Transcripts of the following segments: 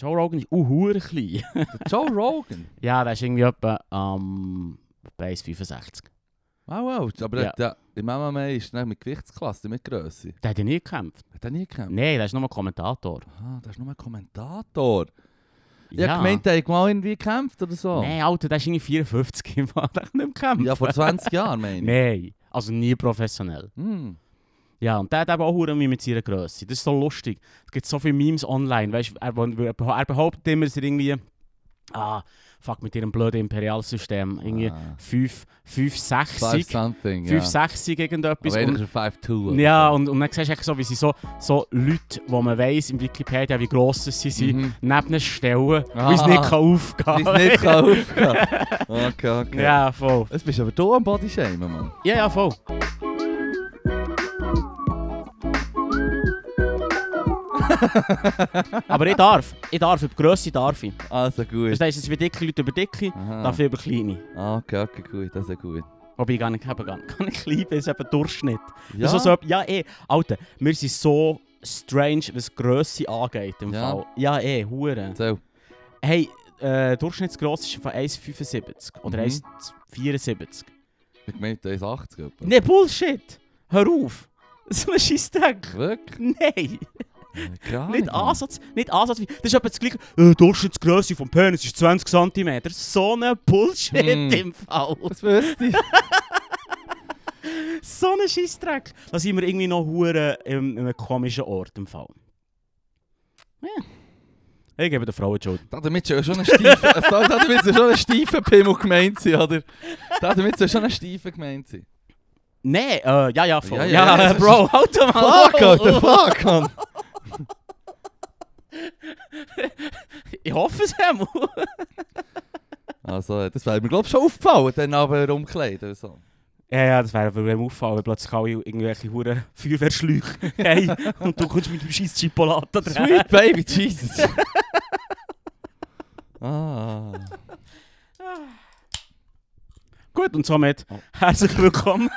Joe Rogan ist auch klein. Der Joe Rogan? Ja, der ist irgendwie etwa ähm, am bei 1,65. Wow, wow. Aber Ja. der, im MMA ist er nicht mit Gewichtsklasse, nicht mit Grösse. Der hat ja nie gekämpft. Hat er nie gekämpft? Nein, der ist nur Kommentator. Ah, der ist nur ein Kommentator. Ja. Ich meinte, er hat mal irgendwie gekämpft oder so. Nein, Alter, der ist irgendwie 54 im Mann, der kann nicht mehr kämpfen. Ja, vor 20 Jahren meine ich. Nein, also nie professionell. Hm. Ja, und der hat eben auch Huren mit seiner Größe. Das ist so lustig. Es gibt so viele Memes online. Weißt, er, beh- er behauptet immer, dass er irgendwie. Ah, fuck, mit ihrem blöden Imperialsystem. Irgendwie Ah. 5, 5, 5 6, something, 5, ja. 6 irgendetwas. Aber Und- eigentlich 5'2. Ja, und, und dann siehst du echt so, wie sie so, so Leute, die man weiss in Wikipedia, wie gross sie sind, Mhm. neben ihnen stellen, weil es Ah. nicht kann aufgehen Ist nicht aufgehört. Okay, okay. Ja, voll. Jetzt bist du aber du am Bodyshamen, Mann. Ja, ja, voll. Aber ich darf. Ich darf. Über Grösse darf ich. Also gut. Das heisst, es wird dicke Leute über dicke, Aha. darf ich über kleine. Ah, okay, okay, gut. Das ist ja gut. Wobei ich gar nicht, eben gar nicht, gar nicht klein bin, es ist eben Durchschnitt. Ja, Das ist so, so- ja, eh. Alter, wir sind so strange, was Grösse angeht im Ja. Fall. Ja, eh, Huren. so. Hey, äh, Durchschnittsgrosse ist von 1,75 oder Mhm. 1,74. Ich meinte, der ist 80 etwa. Ne, Bullshit! Hör auf! So ein Scheissdreck! Wirklich? Nein! Gar Nicht Ah, Mann. Ansatz, nicht Ansatz. Das ist etwa das gleiche. Äh, Durchschnittsgröße vom Penis ist 20 cm. So ein Bullshit Hm. im Fall. Das wüsste ich. So ein Scheissdreck. Da sind wir irgendwie noch hure eh, in, in einem komischen Ort im Fall. Ja. Ich gebe der Frau die Schuld. Da damit soll schon ein Steifen... äh, da damit soll schon ein Steifen Pimmel gemeint sein, oder? Da damit soll schon ein Steifen gemeint sein. Nein, äh, ja, ja, voll. Ja, Ja, ja, ja. Bro, halt mal. Fuck, Alter, fuck, Mann. Ich hoffe es, Hemmel. Also, das wäre mir, glaube ich, schon aufgefallen, dann aber umkleiden oder so. Ja, ja, das wäre ein Problem auffallen, wenn plötzlich alle irgendwelche Huren Feuerwehrschläuche hey, und du kommst mit dem scheiß Chipolata Sweet baby Jesus. ah. Gut, und somit herzlich willkommen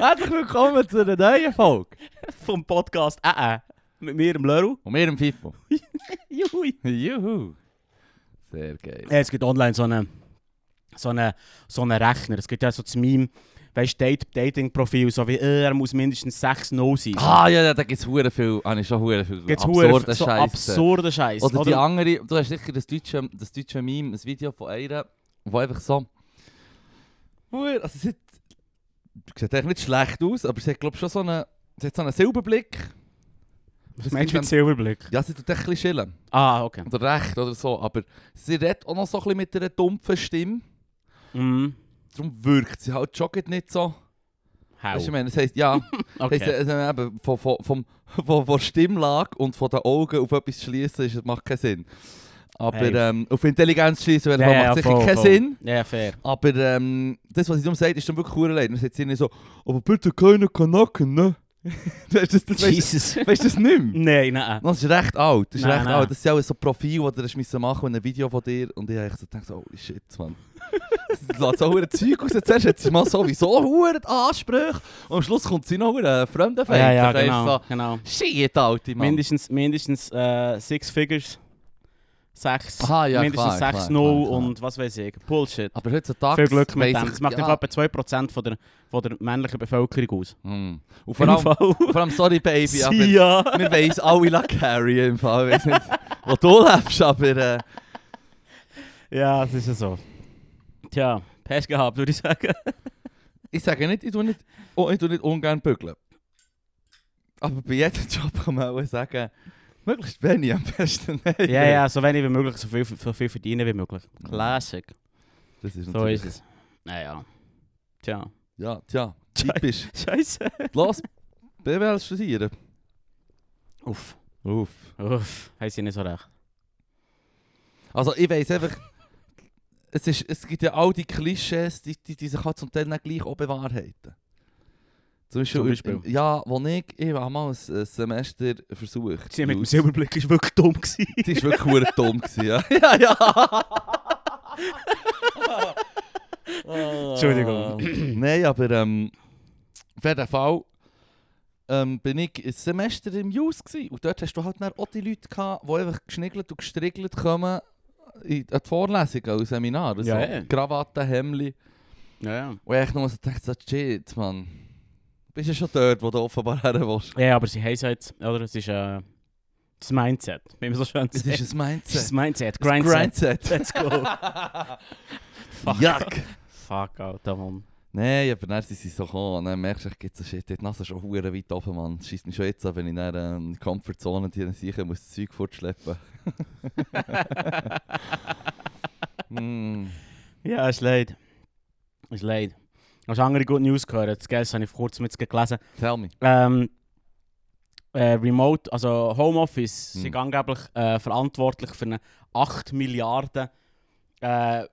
Herzlich willkommen zu einer neuen Folge. vom Podcast «Äh, äh» mit mir, dem Leru. Und mir im Fippo. Juhui. Juhu. Sehr geil. Ja, Äh, es gibt online so einen so eine, so eine Rechner, es gibt ja so das Meme, weißt du, Date- Dating-Profil, so wie äh, «Er muss mindestens 6 No sein». Ah ja, ja, da gibt es hure viel, habe ich schon hure viel Gibt's absurde eh. hure- so Scheisse. absurden Scheiß. Oder die andere, du hast sicher das deutsche, das deutsche Meme, ein Video von einer, wo einfach so... Hure, also sie hat, sieht eigentlich nicht schlecht aus, aber sie hat glaube schon so einen, sie hat so einen Silberblick. Was meinst du mit Silberblick? Ja, sie tut echt ein bisschen chillen. Ah, okay. Oder recht oder so, aber sie redet auch noch so ein bisschen mit einer dumpfen Stimme. Mhm. Darum wirkt sie halt schon gerade nicht so. Hau. Weißt du, ich meine, das heisst, ja, das Okay. heisst, also eben, von, von, vom, von, von Stimmlage und von den Augen auf etwas schließen, ist- macht keinen Sinn. Aber Hey. ähm, auf Intelligenz schließen, weil Ja, ja, macht sicher voll, keinen voll. Sinn. Ja, ja, fair. Aber ähm, das, was sie darum sagt, ist dann wirklich cool leid. Dann sagt sie ihnen so, aber bitte keine Kanaken, ne? weißt du das, das, weißt, Jesus. du- weißt du das nicht mehr? Nein, nein. Das ist recht alt, das ist Nein, recht nein. alt. Das ist ja auch so ein Profil, das du hast machen und ein Video von dir. Und ich habe echt so gedacht, so, holy shit, Mann. Das lässt so ein Zeug raus. Zuerst hat sie mal sowieso verdammt Ansprüche. Und am Schluss kommt sie noch ein fremder Fan. Ja, ja, genau. genau. So, eh, shit, alte Mann. Mindestens, mindestens äh, six figures. Sechs. Aha, Ah, ja, mindestens klar, 6 klar, Null klar, klar. und was weiß ich. Bullshit. Aber heutzutage Viel Glück mit weiss dem. ich- Das macht ja. ja. etwa 2% von der, von der männlichen Bevölkerung aus. Hm. Und vor allem, vor allem, sorry Baby, aber wir ja. weiss alle la carry im Fall. Ich weiss nicht, wo du lebst, aber... Äh, Ja, das ist ja so. Tja, Pech gehabt, würde ich sagen. ich sage nicht, ich tue nicht, oh, ich tue nicht ungern bügeln. Aber bei jedem Job kann man auch sagen, möglichst wenig am besten. nehmen. ja, ja, so wenig wie möglich, so viel, so viel verdienen wie möglich. Classic. Das ist So natürlich. ist es. Naja. Tja. Ja, tja, typisch. Scheiße. Los, BWL studieren. Uff. Uff. Uff. Heißt sie nicht so recht. Also ich weiss einfach, es, ist, es gibt ja all die Klischees, die, die, die sich halt zum Teil dann gleich auch bewahrheiten. Zum Beispiel, Zum Beispiel? im- ja, wo ich, ich habe mal ein, ein Semester versucht. Sie mit dem Aus- Silberblick ist wirklich dumm gewesen. Die war wirklich verdammt dumm. Gewesen, ja. ja, ja. Ah. Ehm. Entschuldigung. Nein, aber ähm, auf jeden Fall ähm, bin ich ein Semester im Jus gsi und dort hast du halt dann auch die Leute gehabt, die einfach geschniggelt und gestriegelt kommen in an die Vorlesungen und Seminare. und Ja, so. ja. Krawatte, Hemdli. Ja, ja. Und ich nur so gedacht, so, shit, Mann. Du bist ja schon dort, wo du offenbar her willst. Ja, aber sie heißt jetzt, oder? Es ist äh, das Mindset, wie man so schön Es sagt. Es ist ein Mindset. ist das Mindset, Ein Grindset. Grindset. Let's go. Fuck. Yuck. Fuck, Alter, Mann. Nein, aber dann sind sie so gekommen und dann merkst du, ich geht so shit, die Nase ist schon hure weit oben, Mann. Schießt mich schon jetzt an, wenn ich dann ähm, in die Comfortzone die dann sicher muss das Zeug fortschleppen. mm. Ja, ist leid. Ist leid. Hast du andere gute News gehört? Das Geld habe ich vor kurzem jetzt gelesen. Tell me. Ähm, äh, Remote, also Homeoffice, Hm. sind angeblich äh, verantwortlich für eine 8 Milliarden, äh,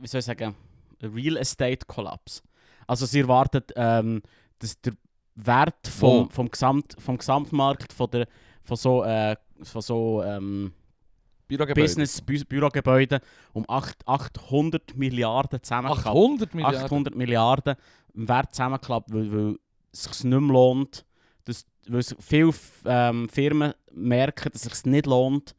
wie soll ich sagen, Real Estate Kollaps. Also sie erwarten, ähm, dass der Wert vom, Wow. vom, Gesamt, vom Gesamtmarkt von, der, von so, äh, von so ähm, Bürogebäude. Business, Bü Bürogebäuden um 8, 800 Milliarden zusammengeklappt. 800 Milliarden. 800 Milliarden im Wert zusammengeklappt, weil, weil es sich nicht mehr lohnt. Dass, weil es viele ähm, Firmen merken, dass es sich nicht lohnt,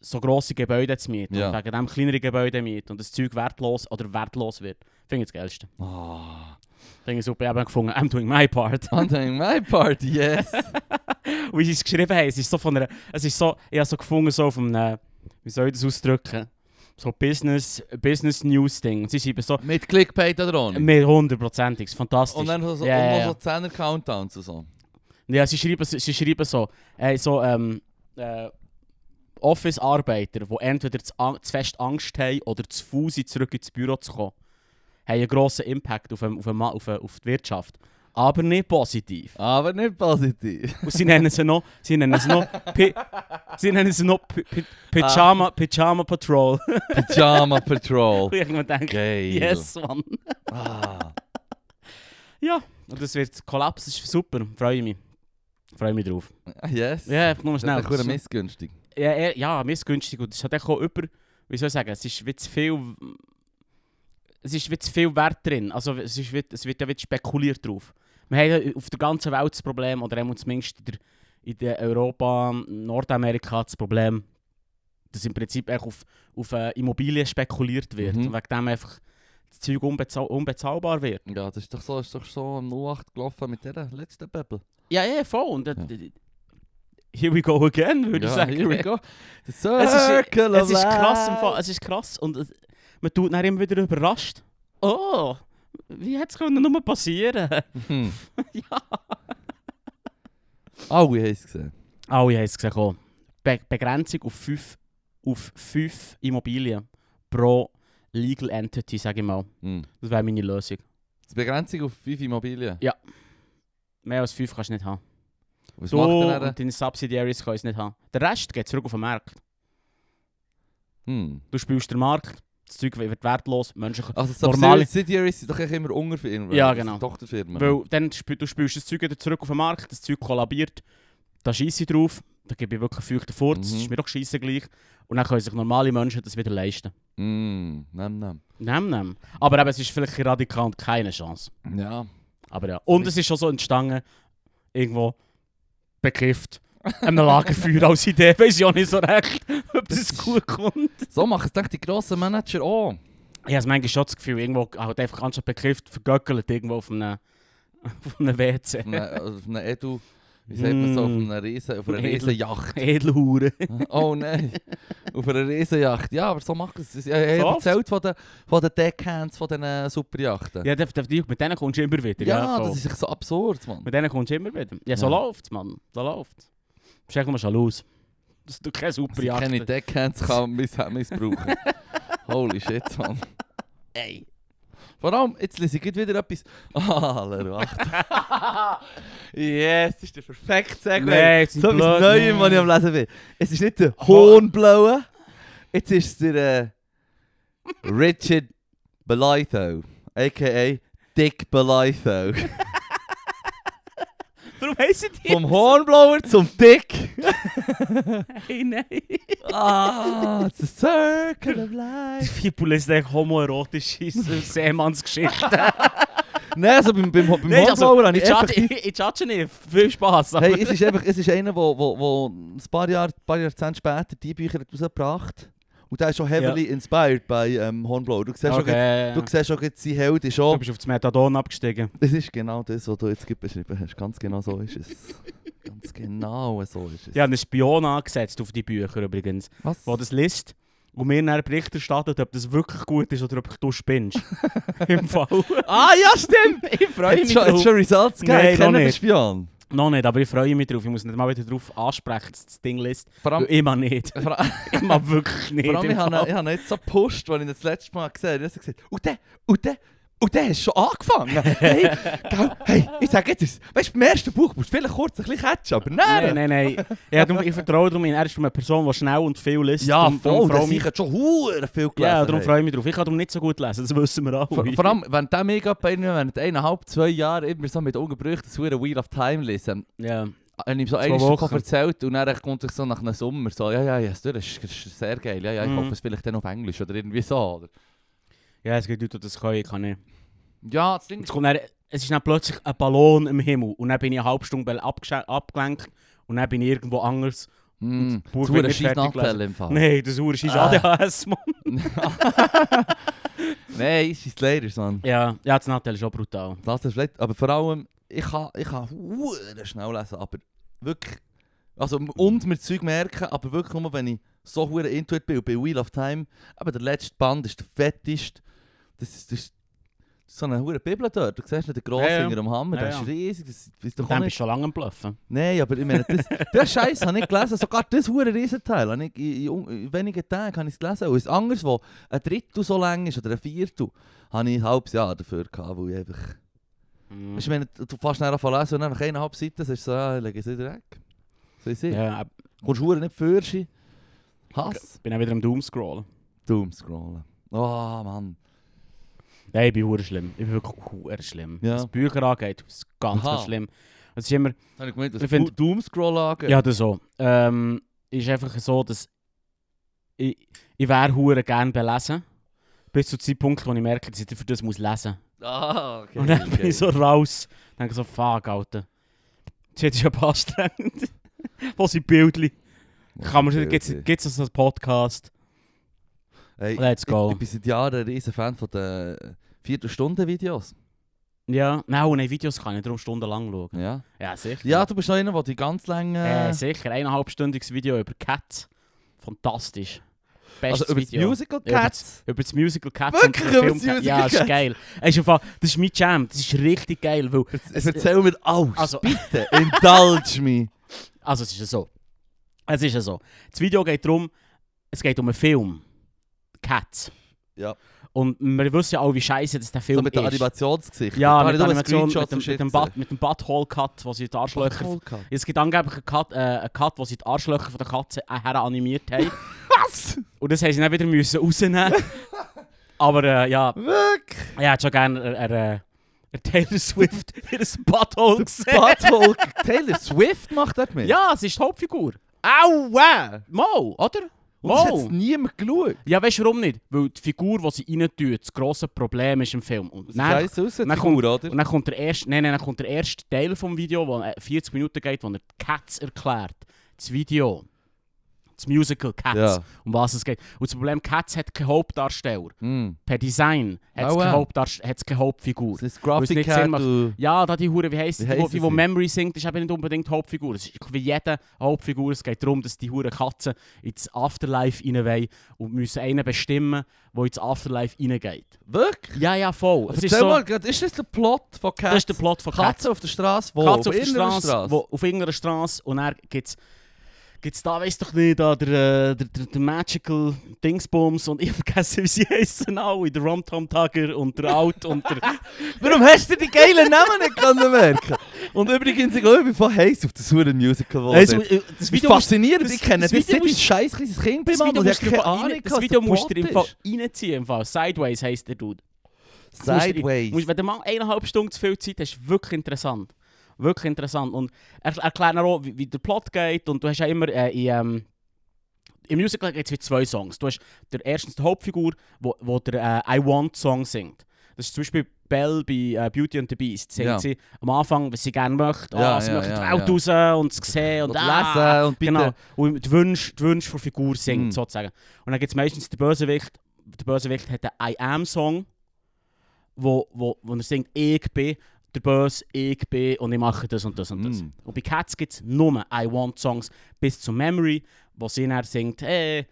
so grosse Gebäude zu mieten. Ja. Und wegen dem kleinere Gebäude mieten und das Zeug wertlos oder wertlos wird. Finde ich das Geilste. Ah. Finde ich super. Ich habe gefunden, I'm doing my part. I'm doing my part, yes. Wie sie es geschrieben haben, es ist so von einer, es ist so, ich habe so gefunden, so von einem, äh, wie soll ich das ausdrücken? So Business, Business News Ding. Und sie schreiben so, Mit Clickbait oder ohne. mehr hundertprozentig, ist fantastisch. Und dann so, Ja, ja, und ja. noch so 10er Countdowns und so. Ja, sie schreiben, sie schreiben so, äh, so ähm, äh, Office-Arbeiter, die entweder zu, an- zu fest Angst haben oder zu faul sind, zurück ins Büro zu kommen, haben einen grossen Impact auf, den- auf, den Ma- auf, den- auf die Wirtschaft. Aber nicht positiv. Aber nicht positiv. Und sie nennen sie noch, sie nennen sie noch, Pi- sie nennen sie noch Pi- Pi- Pyjama, Pyjama Patrol. Pyjama Patrol. Und ich mir denke, Geil. yes, Mann. Ah. Ja, und das wird, Kollaps ist super, freue mich. Freue mich drauf. Yes. Ja, ich nur schnell. Das ist ein missgünstig. Ja, er, ja missgünstig. Und es hat auch über, wie soll ich sagen, es ist wie zu viel. Es ist wie zu viel Wert drin. Also es, ist wie, es wird ja wie spekuliert drauf. Wir haben ja auf der ganzen Welt das Problem, oder haben wir zumindest in, der, in der Europa, Nordamerika das Problem, dass im Prinzip echt auf, auf äh, Immobilien spekuliert wird. Mhm. Und wegen dem einfach das Zeug unbezahl unbezahlbar wird. Ja, das ist doch so, ist doch so am 08 gelaufen mit dieser letzten Bebel. Ja, ja, voll. Und, äh, Ja. d- d- Here we go again, würde ich Ja, sagen. here we go. The Es ist- Circle Es ist of krass, im Life. Fall. es ist krass und es, man tut dann immer wieder überrascht. Oh, wie hätte es nur passieren Hm. Ja. Alle haben es gesehen. Alle haben es gesehen. oh. Be Begrenzung auf fünf, auf fünf Immobilien pro Legal Entity, sage ich mal. Hm. Das wäre meine Lösung. Die Begrenzung auf 5 Immobilien. Mehr als fünf kannst du nicht haben. Was Du macht denn und deine Subsidiaries kannst du nicht haben. Der Rest geht zurück auf den Markt. er? Hm. Du spielst den Markt, das Zeug wird wertlos, Menschen Also Normale- Subsidiaries sind doch eigentlich immer Unterfirmen. Ja, das sind genau. Tochterfirmen. Weil dann sp du spielst das Zeug wieder zurück auf den Markt, das Zeug kollabiert, da schieße ich drauf, da gebe ich wirklich feuchten Furz, Mhm. ist mir doch scheiße gleich. Und dann können sich normale Menschen das wieder leisten. Hm. Nehm, nehm. Nehm, nehm. Aber eben, es ist vielleicht radikal und keine Chance. Ja. Aber ja. Und es ist schon so entstanden, irgendwo bekifft, einem Lagerfeuer als Idee, weiß ich auch nicht so recht, ob das, Das gut kommt. So machen es doch die grossen Manager auch. Ich habe manchmal schon das Gefühl, irgendwo halt einfach anstatt bekifft, vergöckelt irgendwo auf einem, auf einem WC. Auf einer- Auf einer Edu... Wie sagt man so? Auf Hm. einer riesen... Auf einer Edel. riesen Yacht. Edelhure. Oh nein, auf einer Riesenjacht. Ja, aber so macht es. Ich habe So oft? erzählt von den, von den Deckhands, von den äh, Superjachten. Ja, def, def, mit denen kommst du immer wieder. Ja, voll. das ist echt so absurd, Mann. Mit denen kommst du immer wieder. Ja, so Ja. läuft's, Mann. So läuft's. Check mal schon los. Dass du keine super Ich kenne Deckhands, kann man miss missbrauchen. Holy shit, Mann. Ey. Vor allem, jetzt lese ich gerade wieder etwas. Ah, Leute, Yes, das ist der perfekte Segway. Nee, jetzt so nicht etwas blöd, Neues, nee. was ich am Lesen bin. Es ist nicht der Hornblaue, jetzt ist es der äh, Richard Belitho, a.k.a. Dick Belitho. Darum heissen die. Vom Hornblower zum Dick. Hey, nein. ah, it's a circle of Die life. Fibula ist echt homoerotische Seemannsgeschichte. Nein, also- so beim, beim, beim Nein, also, Hornblower habe ich ich einfach... judge- ich judge nicht. Viel Spass. aber- Hey, es ist einfach, es ist einer, wo, wo, wo ein paar, Jahr, paar Jahrzehnte später die Bücher hat rausgebracht und der ist schon heavily inspired bei ähm, Hornblower. Du siehst schon, okay. du siehst schon, sein Held ist Du schon... bist auf das Methadon abgestiegen. Es ist genau das, was du jetzt gerade beschrieben hast. Ganz genau so ist es. Ganz genau so ist es. Ich habe einen Spion angesetzt auf die Bücher übrigens, Was? der das liest und mir dann Bericht erstattet, ob das wirklich gut ist oder ob du spinnst. Im Fall. Ah ja, stimmt! Ich freue Hat mich schon, hat's drauf. schon Results gegeben? Nein, Ich noch kenne den nicht. Spion. Noch nicht, aber ich freue mich drauf. Ich muss nicht mal wieder drauf ansprechen, dass das Ding liest. Vor allem, Immer nicht. vor allem, Immer wirklich nicht. vor allem im ich habe Fall. ihn- ich habe ihn jetzt so gepusht, als ich ihn das letzte Mal gesehen habe. Ich habe gesagt, und der, und der, und der ist schon angefangen. Hey, gell, hey ich sage jetzt, ist- weißt du, beim ersten Buch musst du vielleicht kurz ein bisschen catchen, aber Nein, nein. nein, nein. Ich, hab darum- ich vertraue darum, in er ist eine Person, die schnell und viel liest. Ja, Darum- darum voll, freue das ich mich- ich schon verdammt viel gelesen. Ja, darum haben. freue ich mich drauf. Ich kann darum nicht so gut lesen, das wissen wir auch. Vor, vor allem, wenn der mega bei mir während eineinhalb, zwei Jahren immer so mit ungebrüchten das verdammte Wheel of Time lesen, Ja. habe ich so Zwei einiges Wochen. erzählt und dann kommt ich so nach einem Sommer so, ja, ja, ja, das ist, das ist sehr geil, ja, ja, ich Mhm. hoffe es vielleicht dann auf Englisch oder irgendwie so. Oder? ja, es gibt Leute, die das können, ich kann nicht. Ja, das Ding Es, kommt dann, es ist dann plötzlich ein Ballon im Himmel und dann bin ich eine halbe Stunde bel- abgesche- abgelenkt und dann bin ich irgendwo anders. Mm, das Buch zu wird einer nicht scheiß fertig Nachteil im Fall. Nein, das ist scheiß Ah. ADHS, Mann. Nein, ist es leider, Mann. Ja, ja, das Nachteil ist auch brutal. Das ist schlecht, aber vor allem, ich kann, ich kann verdammt schnell lesen, aber wirklich, also und mir Zeug merken, aber wirklich nur, wenn ich so verdammt intuit bin, und bei Wheel of Time, aber der letzte Band ist der fetteste, das ist, das ist so eine verdammt Bibel dort, du siehst nicht den Grossinger Ja, ja. am Hammer, der Ja, ja. ist riesig, das ist Und doch dann bist auch nicht... du schon lange am Bluffen. Nein, aber ich meine, das, der Scheiß habe ich gelesen, sogar das verdammt Riesenteil, habe ich in, in, un- in wenigen Tagen habe ich es gelesen, und es anderes, wo ein Drittel so lang ist, oder ein Viertel, habe ich ein halbes Jahr dafür gehabt, weil ich einfach... Mhm. Weißt du, wenn du du fährst näher von lesen und dann nach eineinhalb Seiten sagst du so, ja, ich lege es wieder weg. So ist es. Ja, ich Kommst du verdammt nicht für sie. Hass. bin auch wieder am Doomscrollen. Doomscrollen. Oh Mann. Nein, ich bin hure schlimm. Ich bin wirklich hure schlimm. Ja. Was Bücher angeht, ist ganz, Aha. ganz schlimm. Es ist immer... Das habe ich gemeint, dass Ich find- du Doomscrollen angeht. Ja, das so. Ähm, ist einfach so, dass ich, ich wäre hure gern belesen. Bis zu dem Zeitpunkt, wo ich merke, dass ich für das muss lesen. Ah, okay. Und dann bin okay. ich so raus. Denke so, fuck, Alter. Shit ist ja anstrengend. Wo sind Bildli? Kann man Okay, okay. Gibt es einen Podcast? Hey, Let's go. Ich, ich bin seit Jahren ein riesen Fan von den Viertelstunden-Videos. Ja. Nein, und nein, Videos kann ich darum stundenlang schauen. Ja. Ja, sicher. ja, du bist noch einer, der die eh, ganz äh, lange... sicher. Eineinhalbstündiges Video über Cats. Fantastisch. Bestes also über das Video. Musical Ja, über Cats. Über das Musical Cats Wirklich und den über Film das Cats. Musical Ja, das ist Cats? geil. Es ist einfach, das ist mein Jam. Das ist richtig geil, weil... Es erzähl mir alles. Also, Bitte, oh, indulge me. also es ist ja so. Es ist ja so. Das Video geht darum, es geht um einen Film. Cats. Ja. Und wir wissen ja auch, wie scheiße das der Film So mit dem ist. Animationsgesicht. ja, mit der der Animation, mit dem, mit dem, Butt, mit dem Butthole-Cut, wo sie die Arschlöcher... Es gibt angeblich einen Cut, äh, einen Cut wo sie die Arschlöcher von der Katze äh, her animiert haben. Was? Und das haben sie dann wieder müssen rausnehmen. Aber äh, ja, Wirklich? ich hätte schon gerne er, er, äh, er Taylor Swift in ein Butthole gesehen. Butthole. Taylor Swift macht das mit? Ja, sie ist die Hauptfigur. Aua! Mo, oder? Und das hat Mo. niemand geschaut. Ja, weißt du warum nicht? Weil die Figur, die sie reintut, das grosse Problem ist im Film. Und dann, Scheiße aus, dann die kommt- Figur, oder? und dann, kommt, der erste, nein, nein, dann kommt der erste Teil vom Video, der 40 Minuten geht, wo er die Cats erklärt. Das Video. Das Musical Cats. Ja. Um was es geht. Und das Problem, Cats hat keinen Hauptdarsteller. Mm. Per Design hat es Oh, keine, wow. Hauptdarst- hat's keine Hauptfigur. Das ist es nicht Graphic Sinn Cat. macht. du- Ja, da die Hure, wie heisst Wie die, heisst die, die, sie? die Memory singt, ist eben nicht unbedingt die Hauptfigur. Es ist wie jeder Hauptfigur. Es geht darum, dass die Hure Katzen ins Afterlife rein wollen und müssen einen bestimmen, der ins Afterlife reingeht. Wirklich? Ja, ja, voll. Es Erzähl ist, so, mal, ist das der Plot von Cats? das ist der Plot von Cats. Katze auf der Straße, wo? Katze auf der irgendeiner Straße, wo, auf irgendeiner Straße und dann gibt's gibt's da, weiss doch nicht, da der, äh, der, der, der Magical Dingsbums und ich vergesse, wie sie heißen alle, der Rom Tom Tugger und der Alt und der... Warum hast du die geilen Namen nicht können merken? Und übrigens, ich glaube, ich bin von Haze auf das Huren Musical geworden. Also, äh, das Das ist Video musst- faszinierend, das- ich kenne das das nicht Video wie ein musst- scheiß kleines Kind bin, Das Mann. Video Und ich musst du dir habe keine im Fall Ahnung, rein- was das Video der musst du Plot dir im Fall ist. reinziehen. Im Fall. Sideways heisst der Dude. Das musst du dir- Sideways. Musst, wenn du mal eineinhalb Stunden zu viel Zeit hast, ist wirklich interessant. Wirklich interessant. Und er erklärt dann auch, wie, wie der Plot geht. Und du hast ja immer äh, in, ähm, im Musical gibt es zwei Songs. Du hast der, erstens die Hauptfigur, wo, wo der äh, I eh, Want Song singt. Das ist zum Beispiel Belle bei äh, Beauty and the Beast. Sagt Ja. sie am Anfang, was sie gerne möchte. Ah, Ja, sie ja, möchte ja, die Welt raus und es sehen und, Und ah, lesen und bitte. Genau. Und die Wünsche, die Wünsche von Figur singt, Mhm. sozusagen. Und dann gibt es meistens den Bösewicht. Der Bösewicht hat einen I Am-Song, wo, wo, wo er singt, ich bin der Böse, ich bin und ich mache das und das und das. Mhm. Und bei Cats gibt es nur I Want Songs bis zu Memory, wo sie dann singt, hey,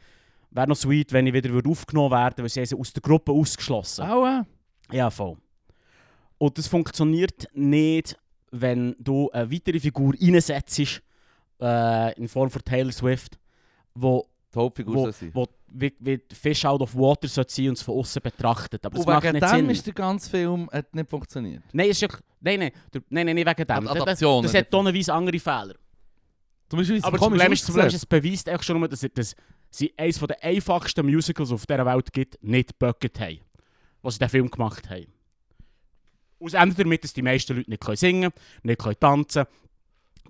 wäre noch sweet, wenn ich wieder würde aufgenommen werden weil sie haben sie aus der Gruppe ausgeschlossen. Aua. Ja, voll. Und das funktioniert nicht, wenn du eine weitere Figur reinsetzt, äh, in Form von Taylor Swift, wo, Die Hauptfigur Wo- soll sein. wo wie, wie die Fish out of water soll sein und es von außen betrachtet. Aber das Und macht wegen nicht dem Sinn. ist der ganze Film hat nicht funktioniert. Nein, ist ja, nein, nein, der- nein, nein, nicht wegen dem. Ad- Das, das, Adaptionen das hat tonnenweise andere Fehler. Zum Beispiel, wie sie Aber das komisch Problem, ist, das Problem ist, ausgesehen. es beweist eigentlich schon nur, dass, dass sie eines der einfachsten Musicals auf dieser Welt gibt, nicht geböckert haben. Was sie diesen Film gemacht haben. Aus endet damit, dass die meisten Leute nicht können singen nicht können tanzen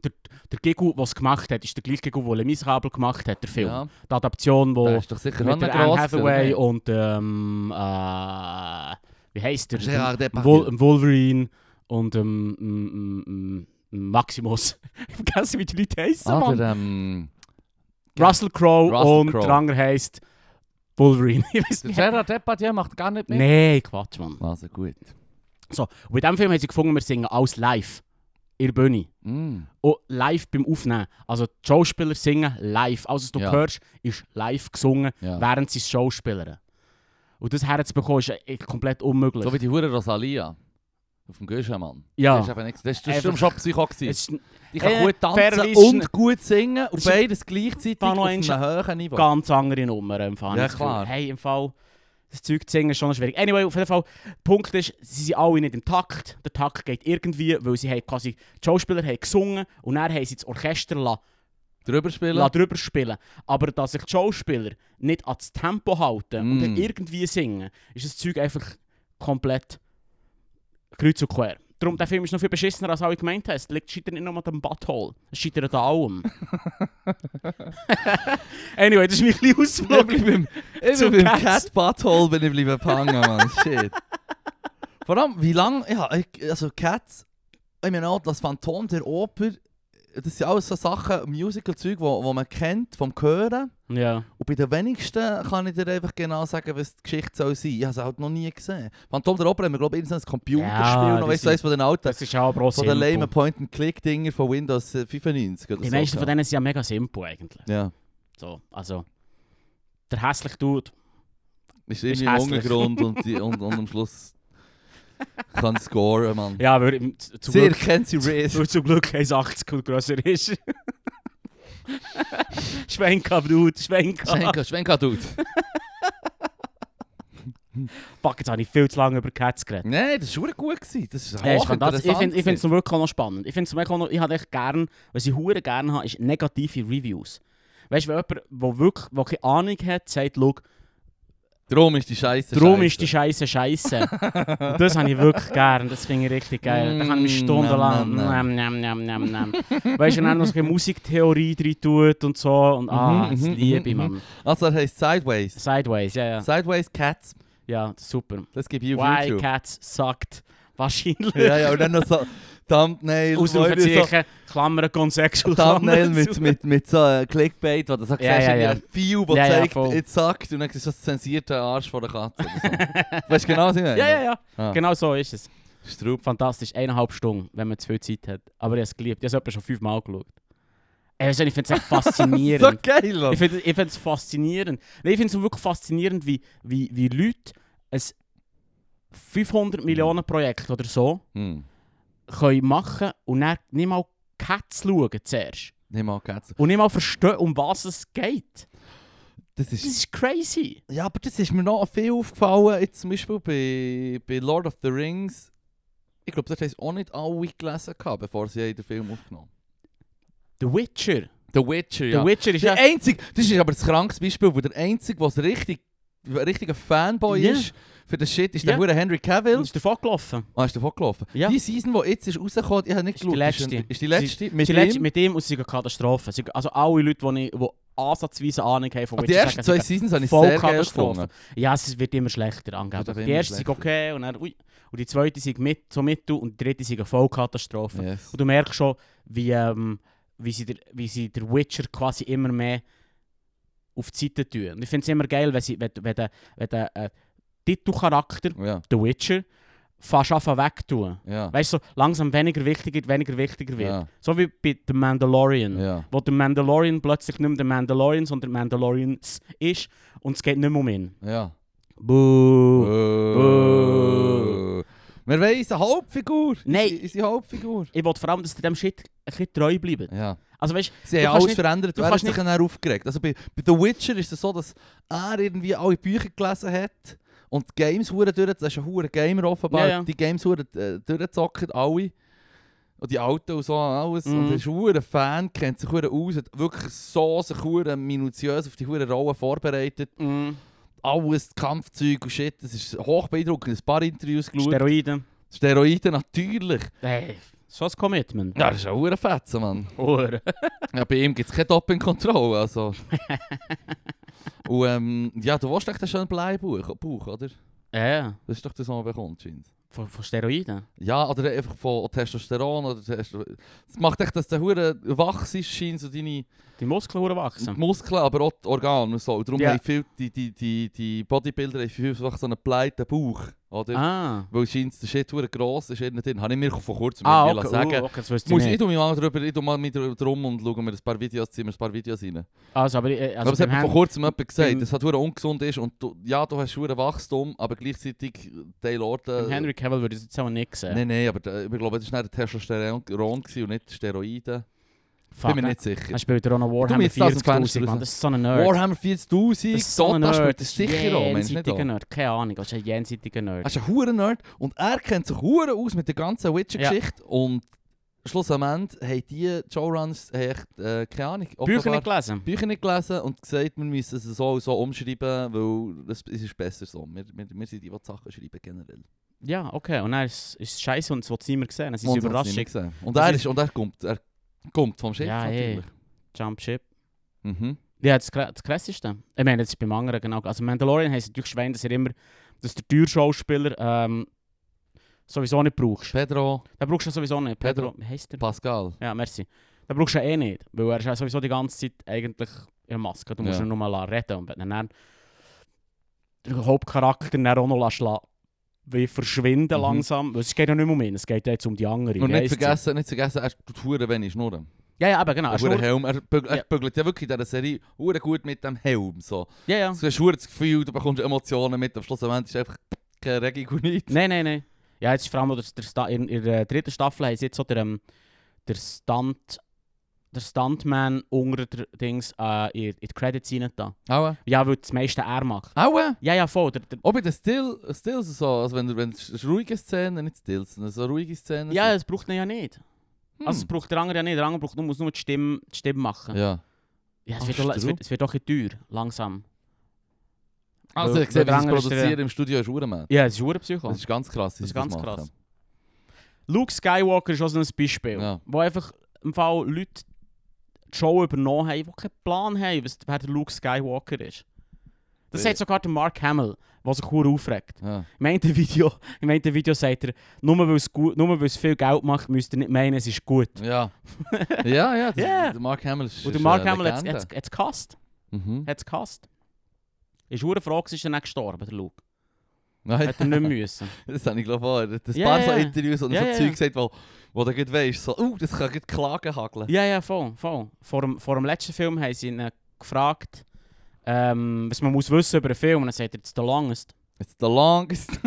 Der, der Gigu, der es gemacht hat, ist der gleiche Gigu, der Le Miserable gemacht hat, der Film. Ja, Oh, Die Adaption, die der mit ist doch sicher der auch noch Anne gross Hathaway gewesen, und ähm, äh, wie heisst der? oder? Gerard Wol Depardieu. Wolverine und ähm, m- m- m- Maximus. Ich vergesse, wie die Leute heißen, Ah, Mann. der, ähm, Russell Crowe Russell und Crowe. der andere heisst Wolverine. ich weiß der nicht. Gerard Depardieu macht gar nicht mit. Nein, Quatsch, Mann. Also gut. So, und in diesem Film haben sie gefunden, wir singen alles live. In der Bühne. Mm. Und live beim Aufnehmen. Also die Schauspieler singen live. Alles, was du Ja. hörst, ist live gesungen, Ja. während sie es Schauspielern. Und das herzubekommen ist äh, komplett unmöglich. So wie die Hure Rosalia. Auf dem Göschemann. Ja. Das ist eben nichts. Das ist das ist Einfach- schon Psycho gewesen. es ist Die kann Äh, gut tanzen fairerweise- und gut singen und Es ist- beides gleichzeitig Fang auf noch einem hohen Niveau. ganz andere Nummer empfangen. Ja, klar. Hey, im Fall, das Zeug zu singen ist schon schwierig. Anyway, auf jeden Fall, der Punkt ist, sie sind alle nicht im Takt. Der Takt geht irgendwie, weil sie haben quasi, die Schauspieler haben gesungen und dann haben sie das Orchester la, Drüber spielen. la drüber spielen. Aber dass sich die Schauspieler nicht an das Tempo halten und Mm. dann irgendwie singen, ist das Zeug einfach komplett kreuz und quer. Darum, der Film ist noch viel beschissener, als alle gemeint haben. Es liegt scheitert nicht nur an dem Butthole, es scheitert an allem. anyway, das ist mein kleiner Ich Ausflug. bleib im, ich Zum bleib im Cats. Cat Butthole bin ich bleiben hängen, Mann. Shit. Vor allem, wie lange. Ja, ich- also Cats, ich meine auch das Phantom der Oper, das sind alles so Sachen, Musical-Zeug, wo, wo man kennt vom Hören. Ja. Und bei den wenigsten kann ich dir einfach genau sagen, was die Geschichte soll sein. Ich habe es halt noch nie gesehen. Phantom der Oper haben wir, glaube ich, irgendein Computerspiel, Ja, noch die weißt du, eines von den alten. Das ist ja aber auch Von simpel. den lame Point-and-Click-Dinger von Windows äh, 95 oder Die so. meisten von denen sind ja mega simpel eigentlich. Ja. So, also, der hässliche Dude. Ist irgendwie im hässlich. Untergrund und, die, und, und am Schluss kann scoren, Mann. Ja, weil im- z- zum Sehr Glück, kennt sie Riz. weil zum Glück 1,80 und grösser ist. Schwenka, Dude, Schwenka. Schwenka, Schwenka tut. Fuck, jetzt habe ich viel zu lange über Cats geredet. Nein, das war schon gut. Gewesen. Das ist Hey, auch ist fantastisch. ich finde es interessant. wirklich auch noch spannend. Ich finde es noch, ich habe echt gern, was ich hure gerne habe, ist negative Reviews. Weißt du, wenn jemand, der wirklich der keine Ahnung hat, sagt, schau, Drum ist die Scheiße. Drum ist die Scheiße Scheiße. Und das habe ich wirklich gern, das finde ich richtig geil. Da kann ich mich Mm, stundenlang. nam, Nam, nam, nam, nam, nam. Weißt du, wenn er noch so ein bisschen Musiktheorie drin tut und so. Und ah, Mhm, das mhm, liebe ich, mhm, Mann. Also, er heisst Sideways. Sideways, ja, ja. Sideways Cats. Ja, super. Das gebe ich auf Why YouTube. Cats sucked. Wahrscheinlich. Ja, ja, und dann noch so Thumbnail. wo ich so- Ausrufezeichen, Klammern, Consexual. Thumbnail Klammern mit, zu. mit, mit so äh, Clickbait, wo du so siehst, ja, irgendwie ja. ein View, wo Ja, ja, zeigt, voll. jetzt sagt, und dann siehst du so zensierte Arsch von der Katze. Oder so. weißt du genau, was ich meine? Ja, ja, ja. Ah. Genau so ist es. Strupp. Fantastisch. Eineinhalb Stunden, wenn man zu viel Zeit hat. Aber ich habe es geliebt. Ich habe es etwa schon fünfmal geschaut. Ey, weisst du, Ich finde es echt faszinierend. So geil, Mann. Ich finde ich find es faszinierend. Nein, ich finde es wirklich faszinierend, wie, wie, wie Leute ein 500 Mhm. Millionen Projekt oder so Hm. können machen und dann nicht mal Cats schauen zuerst. Nimm mal Katze. Und nicht mal verstehen, um was es geht. Das Das ist, ist crazy. ja, aber das ist mir noch viel aufgefallen, jetzt zum Beispiel bei, bei Lord of the Rings. Ich glaube, das haben sie auch nicht alle gelesen, gehabt, bevor sie den Film aufgenommen The Witcher. haben. The Witcher, ja. The Witcher ist Der ja... einzige, das ist aber das krankes Beispiel, wo der einzige, was richtig ein richtiger Fanboy Ja. ist für den Shit, ist Ja. der hure Henry Cavill. Ist davon gelaufen. Ah, ist davon gelaufen. Ja. Die Season, die jetzt ist rausgekommen, ich habe nicht Ist die geschaut. letzte. Ist, ist die letzte mit Mit, letzte, ihm? Ah, mit ihm und es ist eine Katastrophe. Es ist- Also alle Leute, die ich, wo, ansatzweise Ahnung haben von Aber die Witcher, ersten sagen zwei sie, Seasons habe ich voll sehr geil Katastrophe. gefunden. Ja, es wird immer schlechter angeblich. Wird auch Die immer erste sind schlechter. okay und dann, ui. Und die zweite sind mit, so mittel und die dritte sind eine Vollkatastrophe. Yes. Und du merkst schon, wie, ähm, wie, sie der, wie sie der Witcher quasi immer mehr auf die Seite tun. Und ich finde es immer geil, wenn, sie, wenn, wenn der, wenn der äh, Titelcharakter, Ja, der Witcher, fast anfangen wegtun. ja. Weißt du, so langsam weniger wichtiger, weniger wichtiger wird. Ja, So wie bei The Mandalorian. ja. Wo der Mandalorian plötzlich nicht mehr der Mandalorian, sondern der Mandalorians ist und es geht nicht mehr um ihn. ja. Buh. Wir wollen unsere Hauptfigur. Nein. Unsere- Unsere Hauptfigur. Ich will vor allem, dass ihr dem Shit ein bisschen treu bleibt. Ja. Also weißt Sie Du haben kannst alles nicht- verändert. du Du hast kannst sich nicht- dann aufgeregt. Also bei, bei The Witcher ist es so, dass er irgendwie alle Bücher gelesen hat und die Games hure durch. Das ist ein hure Gamer offenbar. Ja, ja. Die Games hure äh, durchgezockt, alle. Und die Alten und so alles. Mhm. Und er ist ein hure Fan, kennt sich hure aus, hat wirklich so sich hure minutiös auf die hure Rollen vorbereitet. du, mm, Alles Kampfzeug und Shit. Das ist hoch beeindruckend. Ein paar Interviews geschaut. Steroide. Steroide natürlich. Hey, so ein Commitment. Ja, das ist ein hure Fetzen, Mann. Ohr. Ja, bei ihm gibt es keine Doping-Kontrolle, also. Und ähm, ja, du willst echt einen schönen Bleibuch, Bauch, oder? Ja, Das ist doch das, was man bekommt, scheint. von, von Steroiden. Ja, oder einfach von Testosteron oder Testo Das macht echt, dass du hure wach ist, scheint so deine Die Muskeln hure wachsen. Muskeln, aber auch die Organe und so. Und darum Ja. haben viel, die, die, die, die Bodybuilder haben vielfach so einen bleiten Bauch, oder? Ah. Weil scheint der Shit hure gross ist, innen drin. Habe ich mir vor kurzem Ah, irgendwie okay. sagen lassen. Uh, okay, das wüsste ich Muss ich, ich nicht. tu mich mal drüber, ich tu mal mit drum und schaue mir ein paar Videos, ziehen mir ein paar Videos rein. Also, aber, äh, also Also aber es beim Mhm. hat mir vor Hand- kurzem jemand gesagt, beim- dass es verdammt ungesund ist und du, ja, du hast verdammt Wachstum, aber gleichzeitig äh, Teil beim Orte... Henry Cavill würde ich jetzt auch nicht sehen. Äh, Nein, nein, aber da- ich glaube, das war nicht Testosteron gewesen und nicht Steroide. Fuck, Bin mir nicht Er sicher. spielt auch noch Tu mir Warhammer jetzt das ins 40'000, Fenster Mann. raus. Das ist so ein Nerd. Warhammer 40'000, das ist so ein Dota Nerd. spielt Das das ist sicher auch, Mensch, nicht jenseitiger auch. Nerd. Keine Ahnung, das ist ein jenseitiger Nerd. Er ist ein Huren-Nerd und er kennt sich Huren aus mit der ganzen Witcher-Geschichte und schlussendlich haben die Showruns haben echt, äh, keine Ahnung, Bücher offenbar nicht gelesen? Bücher nicht gelesen und gesagt, wir müssen es so und so umschreiben, weil es es ist besser so. Wir, wir, wir sind die, die die Sachen schreiben generell. Ja, okay. Und dann ist es scheiße und es will es niemand sehen. Es ist Und eine das nicht Überraschung. mehr gesehen. Und Das er ist- ist, und er kommt, er kommt vom Schiff Ja, natürlich. Jump Ship. Mhm. Ja, das, Kra- das Krasseste. Ich meine, das ist beim anderen genau. Also Mandalorian heisst natürlich Schwein, dass er immer, dass der teure Schauspieler ähm, sowieso nicht brauchst. Pedro Den brauchst du ja sowieso nicht. Pedro, wie heisst der? Pascal. Ja, merci. Den brauchst du ja eh nicht, weil er ist ja sowieso die ganze Zeit eigentlich in der Maske. Du musst Ja. ihn nur mal reden und wenn du dann den Hauptcharakter dann auch noch lässt la- wie verschwinden Mhm. langsam. weil Es geht ja nicht mehr um ihn, es geht ja jetzt um die anderen. Und nicht Weisst du? vergessen, nicht vergessen, er tut Huren wenig Schnurren. Ja, ja, eben genau. Er Er schnurrt- Helm, er, bügelt, er Ah, Ja. bügelt ja wirklich in dieser Serie Huren gut mit dem Helm. So. Ja, ja. Du hast Huren das Gefühl, du bekommst Emotionen mit, am Schluss am Ende ist einfach kein Regigunit. Nein, nein, nein. Ja, jetzt ist vor allem noch der Sta in, in der dritten Staffel haben sie jetzt so der, ähm, der Stunt... Der Stuntman unter der Dings äh, in, in die Credits rein da. Aua. Ja, weil das meiste er macht. Aua. Ja, ja, voll. Der, der, Auch bei den Still, Stills und so, also wenn du wenn es ruhige Szenen, nicht Stills, sondern so ruhige Szenen. ja, sind. das braucht er ja nicht. dus Hm. Also es braucht der andere ja nicht. Der andere braucht nur, muss nur die Stimme, die Stimme machen. Ja. ja. es, Ah, wird doch, es, stimmt. wird, es wird doch ein bisschen teuer, langsam. Also Weil- ich weil der sehe, wie sie es andere ist der- produzieren im Studio ist Huren, man. Ja, es ist ein Psycho. Das ist ganz krass, Das wie ist sie das ganz machen. krass. Luke Skywalker ist auch so ein Beispiel, Ja. wo einfach im Fall Leute die Show übernommen haben, die keinen Plan haben, was- wer der Luke Skywalker ist. Das Ja. sagt sogar der Mark Hamill, der sich cool aufregt. Ja. Im einen Video, im einen Video sagt er, nur weil es, gut, nur weil es viel Geld macht, müsst ihr nicht meinen, es ist gut. Ja. ja, ja, der, Ja. der Mark Hamill ist Und ist der Mark eine Hamill hat Legende. es gehasst. Mhm. Hat's gehasst. Ist hure Frage, gewesen, ist er nicht gestorben, der Luke? Nein, Hätte er nicht müssen. das habe ich glaube auch. Er hat ein Ja, paar so ja. Interviews und Ja, so ja. Zeug gesagt, wo, wo du gut weisst, so, uh, das kann gut Klagen hageln. Ja, ja, voll, voll. Vor dem, vor dem letzten Film haben sie ihn äh, gefragt, ähm, was man muss wissen über einen Film. Und dann sagt er, it's the longest. It's the longest.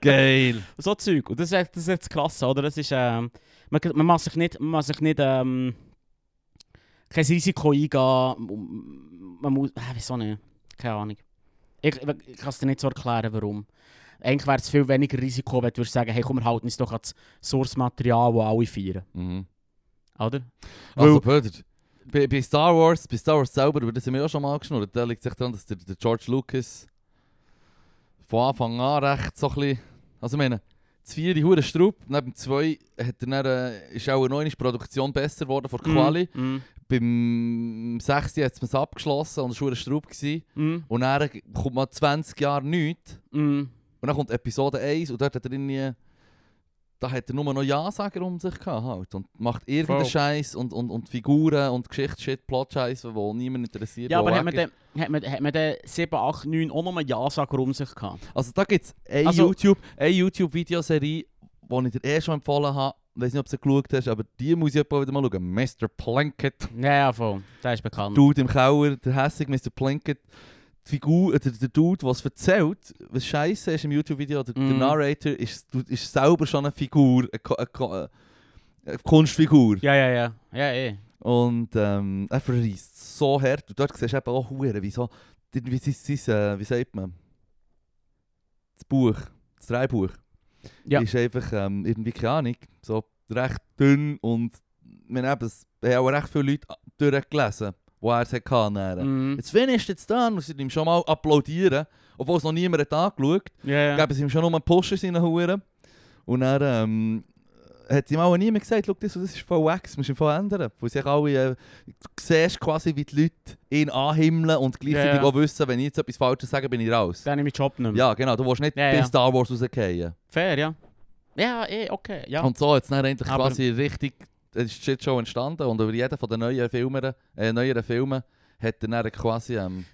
Geil. So Zeug. Und das ist, echt- das ist echt klasse, oder? Das ist, ähm, man, man muss sich nicht, man muss sich nicht ähm, kein Risiko eingehen. Man muss, äh, wieso nicht? Keine Ahnung. Ich, ich kann es dir nicht so erklären, warum. Eigentlich wäre es viel weniger Risiko, wenn du würdest sagen, hey komm, wir halten uns doch an das Source-Material, das alle feiern. Mhm. Oder? Also, Brüder, bei, bei Star Wars, bei Star Wars selber, über das haben wir auch schon mal geschnurrt, da liegt es echt daran, dass der, der George Lucas von Anfang an recht so ein bisschen, also ich meine, das vierte hure Strupp, neben zwei hat er dann, äh, ist auch eine neue Produktion besser geworden von der Quali. Mm, mm. beim 6. hat man es abgeschlossen und es war ein Straub. Gewesen. Mhm. Und dann kommt mal 20 Jahre nichts. Mhm. Und dann kommt Episode 1 und dort hat er irgendwie... Da hat er nur noch Ja-Sager um sich gehabt halt. Und macht irgendeinen Voll. Scheiß und, und, und Figuren und Geschichtshit, Plot-Scheiß, wo niemand interessiert. Ja, wo aber weg hat man, ist. dann, hat, man, hat man dann 7, 8, 9 auch nochmal Ja-Sager um sich gehabt? Also da gibt es eine Also- YouTube, eine YouTube-Videoserie, die ich dir eh schon empfohlen habe. Ich weiß nicht, ob du sie geschaut hast, aber die muss ich etwa wieder mal schauen. Mr. Plunkett. Ja, ja, voll. Der ist bekannt. Dude im Keller, der hässige Mr. Plunkett. Die Figur, äh, der, der Dude, was erzählt, was scheiße ist im YouTube-Video, der, der Mhm. Narrator ist, du- ist selber schon eine Figur, eine, Ko- eine, Ko- äh, eine Kunstfigur. Ja, ja, ja. Ja, eh. Und ähm, er verreist so hart. Und dort siehst du eben auch Huren, wie so, wie, sein- sein, äh, wie sagt man? Das Buch, das Drehbuch. Ja. Ist einfach ähm, irgendwie, keine Ahnung, so recht dünn und wir haben es haben auch recht viele Leute äh, durchgelesen, die er es hatte. Mhm. Mhm. Jetzt finished, jetzt dann, muss ich ihm schon mal applaudieren, obwohl es noch niemand hat angeschaut Ja, ja. geben sie ihm schon nur einen Push in seinen Huren. Und dann ähm, hat ihm auch niemand gesagt, schau, das, und das ist voll wax, musst du ihn voll ändern. Weil sich alle, äh, du siehst quasi, wie die Leute ihn anhimmeln und gleichzeitig Ja, ja. auch wissen, wenn ich jetzt etwas Falsches sage, bin ich raus. Dann nehme ich meinen Job nicht mehr. Ja, genau, du willst nicht Ja, bei ja. Star Wars rausgehen. Fair, ja. Ja, eh, okay. Ja. Und so hat es dann endlich Aber- quasi richtig, es ist die Shitshow entstanden und über jeden von den neuen Filmen, äh, neueren Filmen hat er dann quasi ähm,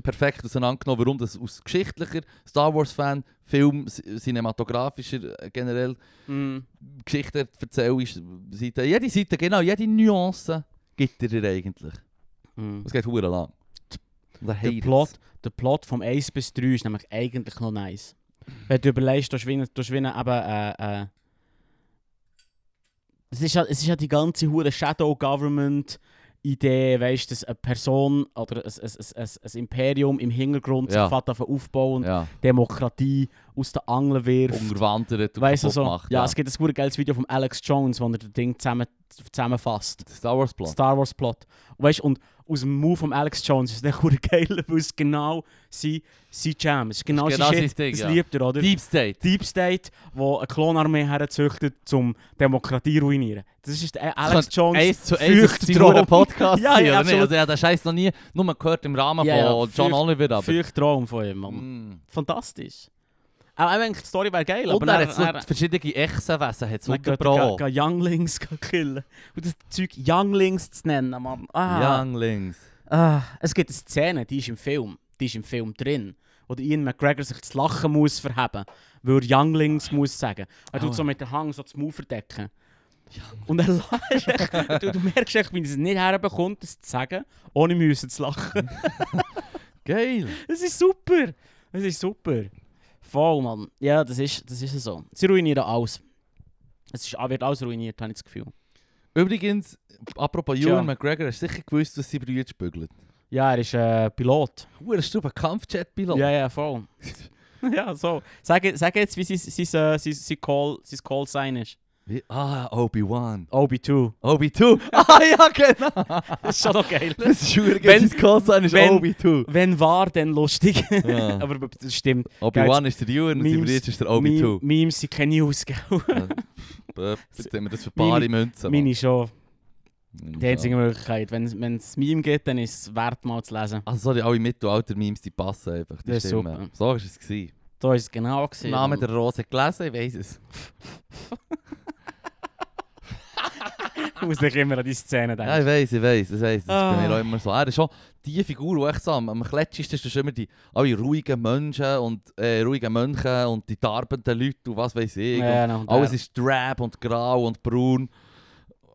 perfekt auseinandergenommen, warum das aus geschichtlicher Star Wars-Fan, Film, cinematografischer äh, generell Mhm. Geschichten erzähle, ist Seite, eh, jede Seite, genau, jede Nuance gibt er dir eigentlich. Mhm. Es geht hure lang. Und er Der hatet's. Plot, der Plot vom 1 bis 3 ist nämlich eigentlich noch nice. Wenn du überlegst, du hast wie eine- du hast wie eine eben, äh, äh, es ist ja, es ist ja die ganze hure Shadow Government Idee, weißt du, dass eine Person oder ein, ein, ein, ein, ein Imperium im Hintergrund Ja. sich fährt davon aufbauen, Ja, Demokratie aus den Angeln wirft. unterwandert und Weißt du kaputt so? gemacht, ja, es gibt ein hure geiles Video von Alex Jones, wo er das Ding zusammen, zusammenfasst. Der Star Wars Plot. Star Wars Plot. Und weißt, und aus dem Move von Alex Jones ist es dann verdammt geil, weil es genau sein, sein nou Jam ist. Genau, Ist genau genau sein Shit. sein Ding, das nou ja. liebt er, oder? Deep State. Deep State, wo eine Klonarmee herzüchtet, um Demokratie zu ruinieren. Das ist der Alex Könnte Jones. Eins zu eins feucht ist sein sein hoher Traum. Podcast. Ja, sein, ja, oder nicht? absolut. Also, ich habe den Scheiß noch nie nur gehört im Rahmen Ja, ja, von John feucht- Oliver. Aber. Feucht Traum von ihm, Mann. Mm. Fantastisch. Auch wenn eigentlich die Story wäre geil, Und aber er hat so verschiedene Echsenwesen hat's dann geht- unterbrochen. geht- geht Younglings killen. Und das Zeug Younglings zu nennen, Mann. Ah. Younglings. Ah, es gibt eine Szene, die ist im Film, die ist im Film drin, wo der Ian McGregor sich das Lachen muss verheben, weil er Younglings muss sagen. Er tut so mit der Hang so das Maul verdecken. Und er lacht. echt. du, du merkst echt, wie er es nicht herbekommt, das zu sagen, ohne müssen zu lachen. Geil. Es ist super. Es ist super. Voll, Mann. Ja, das ist, das ist so. Sie ruinieren alles. Es ist, wird alles ruiniert, habe ich das Gefühl. Übrigens, apropos Tja. Ewan McGregor, hast du sicher gewusst, dass sie Brühe spügelt? Ja, er ist äh, Pilot. Huer, hast du ein Kampfjet-Pilot? Ja, ja, voll. ja, so. Sag, sag jetzt, wie sein, sein, äh, sein, sein, Call, sein Call Sign ist. Wie? Ah, Obi-Wan. OB2. Obi-2. ah ja, genau. Das ist schon noch geil. Das ist schwierig. Wenn- Wenn es kurz sein ist, wenn- Obi-2. Wenn war, dann lustig. Ja. Aber b- das stimmt. Obi-Wan ist der Ewan und Memes- Sibiric ist der Meme- Obi-2. Memes sind keine News, gell? Ja. Böp, Jetzt haben wir das für bare Münzen. Meine schon. Mann. Die einzige Möglichkeit. Wenn es Meme gibt, dann ist es wert, mal zu lesen. Also sorry, alle Mittelalter-Memes, die passen einfach. Die Das ist stimmen. super. So war es. gewesen. Da war es genau. Gewesen, Name der Rose gelesen, ich weiss es. Ich muss nicht immer an die Szene Ja, ich denken. weiss, ich weiss, ich weiss. Das ist bei Ah. mir auch immer so. Er ist schon die Figur, die echt so am, am kletschigsten ist, das ist immer die alle ruhigen Menschen und äh, ruhigen Mönche und die tarbenden Leute und was weiß ich. Ja, genau. und ja, und alles der- ist drab und grau und braun.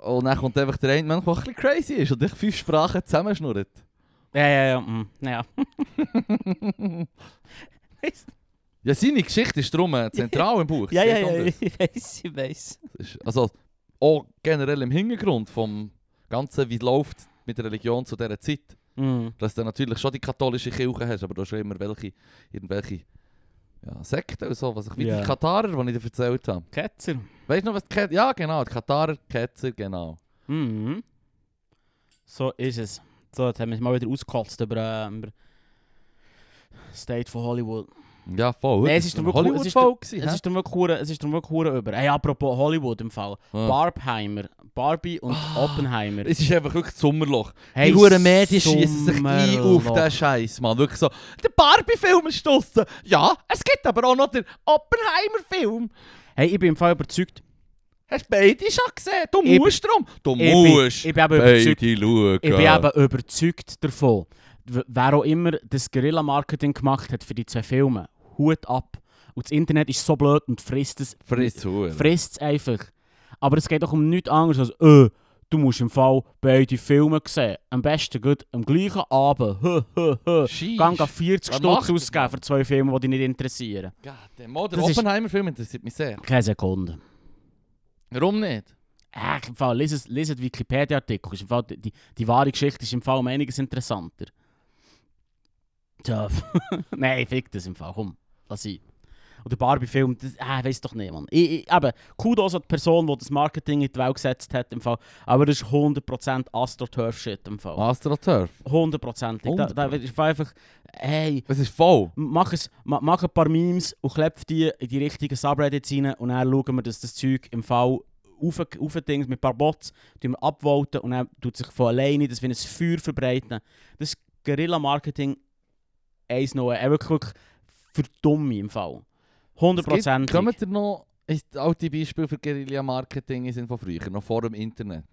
Und dann kommt einfach der eine Mensch, der ein bisschen crazy ist und dich fünf Sprachen zusammenschnurrt. Ja, ja, ja. mm, Ja. Weiss- Ja, seine Geschichte ist drum äh, zentral im Buch. Es ja, ja, geht um ja. das. Ich weiß, ich weiß. Das ist- Also auch generell im Hintergrund vom Ganzen, wie läuft mit der Religion zu dieser Zeit. Mm. dass du natürlich schon die katholische Kirche hast, aber du hast ja immer welche, irgendwelche ja, Sekten und so, was ich, wie Ja. die Katarer, die ich dir erzählt habe. Ketzer. Weißt du noch, was die Ket Ja, genau, die Katarer, die Ketzer, genau. Mhm. So ist es. So, jetzt haben wir es mal wieder ausgekotzt über, äh, über State von Hollywood. Ja, voll. Nee, Das es ist ein doch wirklich- es ist doch- Hollywood-Folk gewesen, Es hä? ist darum wirklich hure- es ist darum wirklich hure über. Hey, apropos Hollywood im Fall. Ja. Barbenheimer, Barbie und Oh. Ah. Oppenheimer. Es ist einfach wirklich das Sommerloch. Hey, die hohen Medien schießen sich ein Sommerloch. auf den Scheiß, Mann. Wirklich so, der Barbie-Film ist draussen. Ja, es gibt aber auch noch den Oppenheimer-Film. Hey, ich bin im Fall überzeugt. Hast du beide schon gesehen? Du Ich musst drum. Du Ich bin, musst. ich bin eben überzeugt. beide schauen. Ich bin eben überzeugt davon. W- Wer auch immer das Guerilla-Marketing gemacht hat für die zwei Filme, Hut ab. Und das Internet ist so blöd und frisst es. Frisst Huren. Frisst es einfach. Aber es geht doch um nichts anderes als, äh, du musst im Fall beide Filme sehen. Am besten gut am gleichen Abend. Hö, hö, hö. Scheiss. Gang 40 Was Stutz macht ausgeben für zwei Filme, die dich nicht interessieren. Ja, der Mann, der Das ist- Oppenheimer-Film interessiert mich sehr. Keine Sekunde. Warum nicht? Äh, im Fall, lies, es- lies den Wikipedia-Artikel. Ist im Fall- Die, die, die wahre Geschichte ist im Fall um einiges interessanter. Tja, nein, fick das im Fall. Komm, lass sein. Und der Barbie-Film, das äh, weiß doch niemand. Ich, ich, eben, Kudos an die Person, die das Marketing in die Welt gesetzt hat. Im Fall. Aber das ist 100% AstroTurf-Shit. im Fall. Ah. AstroTurf. 100%. Da, da wird ist einfach, hey, Es ist voll. mach, es, ma, mach ein paar Memes und klopf die in die richtigen Subreddits rein und dann schauen wir, dass das Zeug im Fall aufgedingt mit ein paar Bots tun wir abvoten und dann tut sich von alleine, dass wir ein Feuer verbreiten. Dus Das ist Guerilla-Marketing 101. Äh, wirklich, wirklich für Dumme im Fall. 100 Prozent. Kommt ihr noch ist alte Beispiele für Guerilla-Marketing sind von früher, noch vor dem Internet?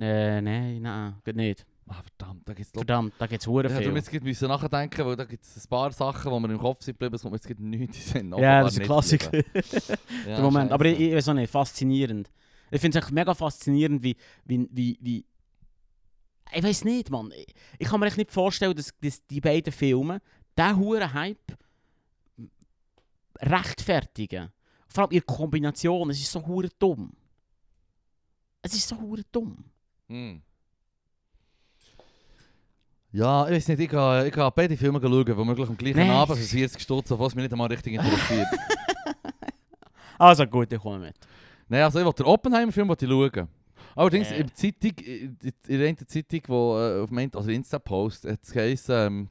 Äh, nein, nein, geht nicht. Ah, verdammt, da gibt es Verdammt, da gibt es Huren Ja, darum viel. jetzt gerade müssen nachdenken, weil da gibt es ein paar Sachen, die mir im Kopf sind geblieben, es kommt mir jetzt gerade nichts in den Sinn. Ja, Offenbar das ist ein nicht Klassiker. geblieben. Ja, Der Moment. Aber ich, scheisse. ich weiß auch nicht, faszinierend. Ich finde es echt mega faszinierend, wie. wie, wie, wie ich weiß nicht, Mann. Ich, ich kann mir echt nicht vorstellen, dass, dass die beiden Filme diesen hohen Hype rechtfertigen. Vor allem ihre Kombination, es ist so hure dumm. Es ist so hure dumm. Hm. Ja, ich weiß nicht, ich gehe, ich gehe beide Filme schauen, womöglich am gleichen Nee. Abend für 40 Stutz, obwohl es mich nicht einmal richtig interessiert. Also gut, ich komme mit. Nein, also ich will den Oppenheimer-Film wollte ich schauen. Allerdings, Äh. in der Zeitung, in in- in der einen Zeitung, wo äh, auf meinem also Insta-Post, hat es geheißen, ähm,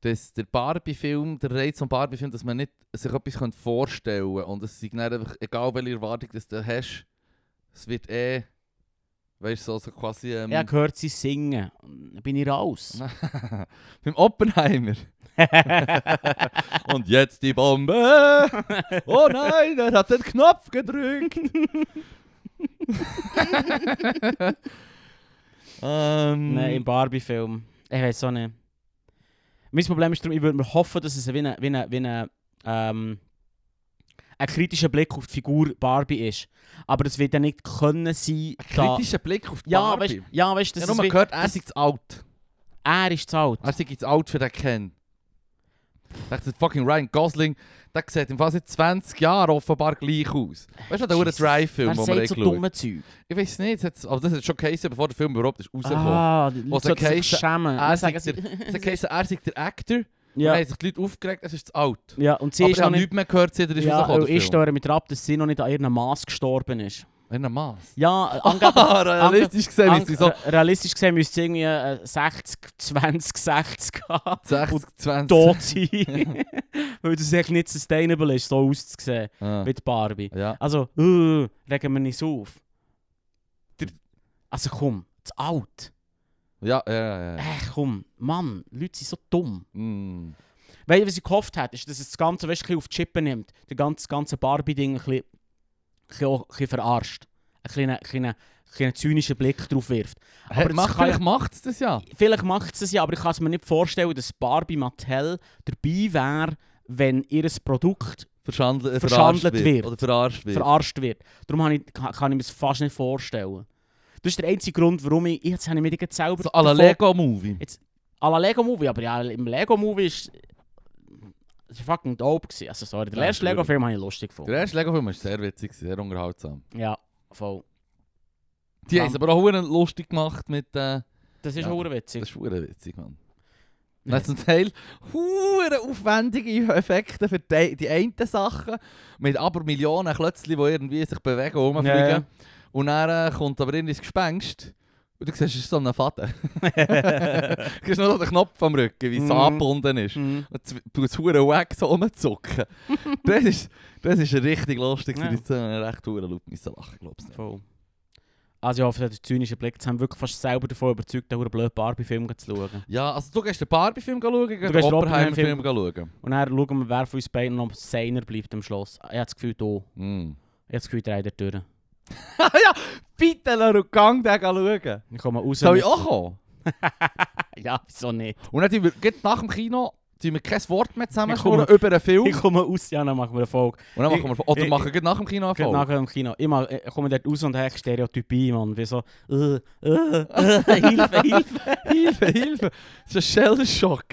dass der Barbie-Film, der Reiz vom Barbie-Film, dass man nicht sich etwas könnte vorstellen kann und es sei dann einfach, egal welche Erwartung das du hast, es wird eh, weißt du, so, so quasi... Ähm, Ich habe gehört, sie singen. Dann bin ich raus. beim Oppenheimer. Und jetzt die Bombe! Oh nein, er hat den Knopf gedrückt! ähm, Nein, im Barbie-Film. Ich weiß auch nicht. Mein Problem ist darum, ich würde mir hoffen, dass es wie ein, wie ein, wie ein, ähm, ein kritischer Blick auf die Figur Barbie ist. Aber das wird ja nicht können sein. Ein da- kritischer Blick auf die ja, weißt, Barbie. ja, weißt du, ich das habe ist nur Ah, wie- gehört, er das- sei zu alt. er ist zu alt. Er sei zu alt für den Ken. Ich dachte, fucking Ryan Gosling, der sieht im Fall seit 20 Jahren offenbar gleich aus. Weißt du, der Jesus. Drive-Film, Er den wir sagt so angeschaut haben? dumme Zeug. Ich weiß nicht, es hat- aber das hat schon geheißen, bevor der Film überhaupt ist rausgekommen Ah, die Was Leute sollten sich heisst, schämen. er Dann sagen sagt sie- Ah, Es hat geheißen, er sei der Actor. Ja. Dann ja. haben sich die Leute aufgeregt, es ist zu alt. ja, und sie aber ist ich noch habe nicht... nichts mehr gehört, seit er ist Ja, rausgekommen. und ich störe mich daran, dass sie noch nicht an ihrem Maß gestorben ist. In einem Mass. Ja, äh, angeblich... Ah, realistisch gesehen ist sie so Re- Realistisch gesehen müsste es irgendwie äh, 60, 20, 60 haben. 60, 20. tot sein. Weil das echt nicht sustainable ist, so auszusehen Ah. mit Barbie. Ja. Also, uh, regen wir nicht auf. Der, also komm, zu alt. Ja, ja, ja. ja. Äh, komm, Mann, Leute sind so dumm. Mm. Weißt du, was ich gehofft hätte, ist, dass es das Ganze weißt, du, ein bisschen auf die Chippen nimmt. Das ganze, ganze Barbie-Ding ein bisschen, ein bisschen, auch- ein bisschen verarscht. Ein kleiner, kleiner, kleiner zynischen Blick drauf wirft. Aber das macht, kann vielleicht macht es das ja. Vielleicht macht es es ja, aber ich kann es mir nicht vorstellen, dass Barbie Mattel dabei wäre, wenn ihr Produkt Verschandelt, äh, Verschandelt verarscht wird. Oder verarscht wird. verarscht wird. Darum kann ich, kann, kann ich mir das fast nicht vorstellen. Das ist der einzige Grund, warum ich. Jetzt habe ich mir die gerade selber. so à la davon- Lego-Movie. à la Lego Movie, aber ja, im Lego Movie ist. Das war fucking dope. Gewesen. Also, sorry, der Ja, letzte natürlich. Lego-Film habe ich lustig gefunden. Der erste Lego-Film war sehr witzig, sehr unterhaltsam. Ja, voll. Die haben es aber auch verdammt lustig gemacht mit... Äh, Das ist Ja. auch das witzig. ist verdammt witzig, Mann. Nee. Weißt du, zum Teil hure aufwendige Effekte für die, die einen Sachen, mit aber Millionen Klötzchen, die irgendwie sich bewegen, rumfliegen. Ja, ja. Und dann äh, kommt aber irgendwie das Gespenst Und du siehst, es ist so ein Faden. du siehst nur noch den Knopf am Rücken, wie es Mhm. angebunden ist. Mhm. Und z- du hast hure weg so rumzucken. das ist, das ist richtig lustig. Ja. Ja. Ich habe recht hure laut müssen lachen, glaubst du? Voll. Also ich hoffe, der zynischen Blick, sie haben wirklich fast selber davon überzeugt, einen blöden Barbie-Film zu schauen. Ja, also du gehst den Barbie-Film schauen, gehst den gehst den Oppenheimer-Film schauen. Und dann schauen wir, wer von uns beiden noch saner bleibt am Schluss. Ich habe das Gefühl, du. Ich Mm. habe das Gefühl, drei der Türen. ja, bitte lass uns Gang den schauen. Ich komme raus. Soll mit- ich auch kommen? Ja, wieso nicht? Und dann tun wir, gleich nach dem Kino, tun wir kein Wort mehr zusammen Ich komme- über einen Film. Ich komme raus, ja, dann machen wir eine Folge. Und dann machen wir, oder ich- machen wir gleich nach dem Kino eine Geht Folge. nachher im Kino. Ich, mal, ich komme dort raus und habe Stereotypie, Mann. Wie so, äh, äh, äh, Hilfe, Hilfe. Hilfe, Hilfe! Das ist ein Shell-Schock.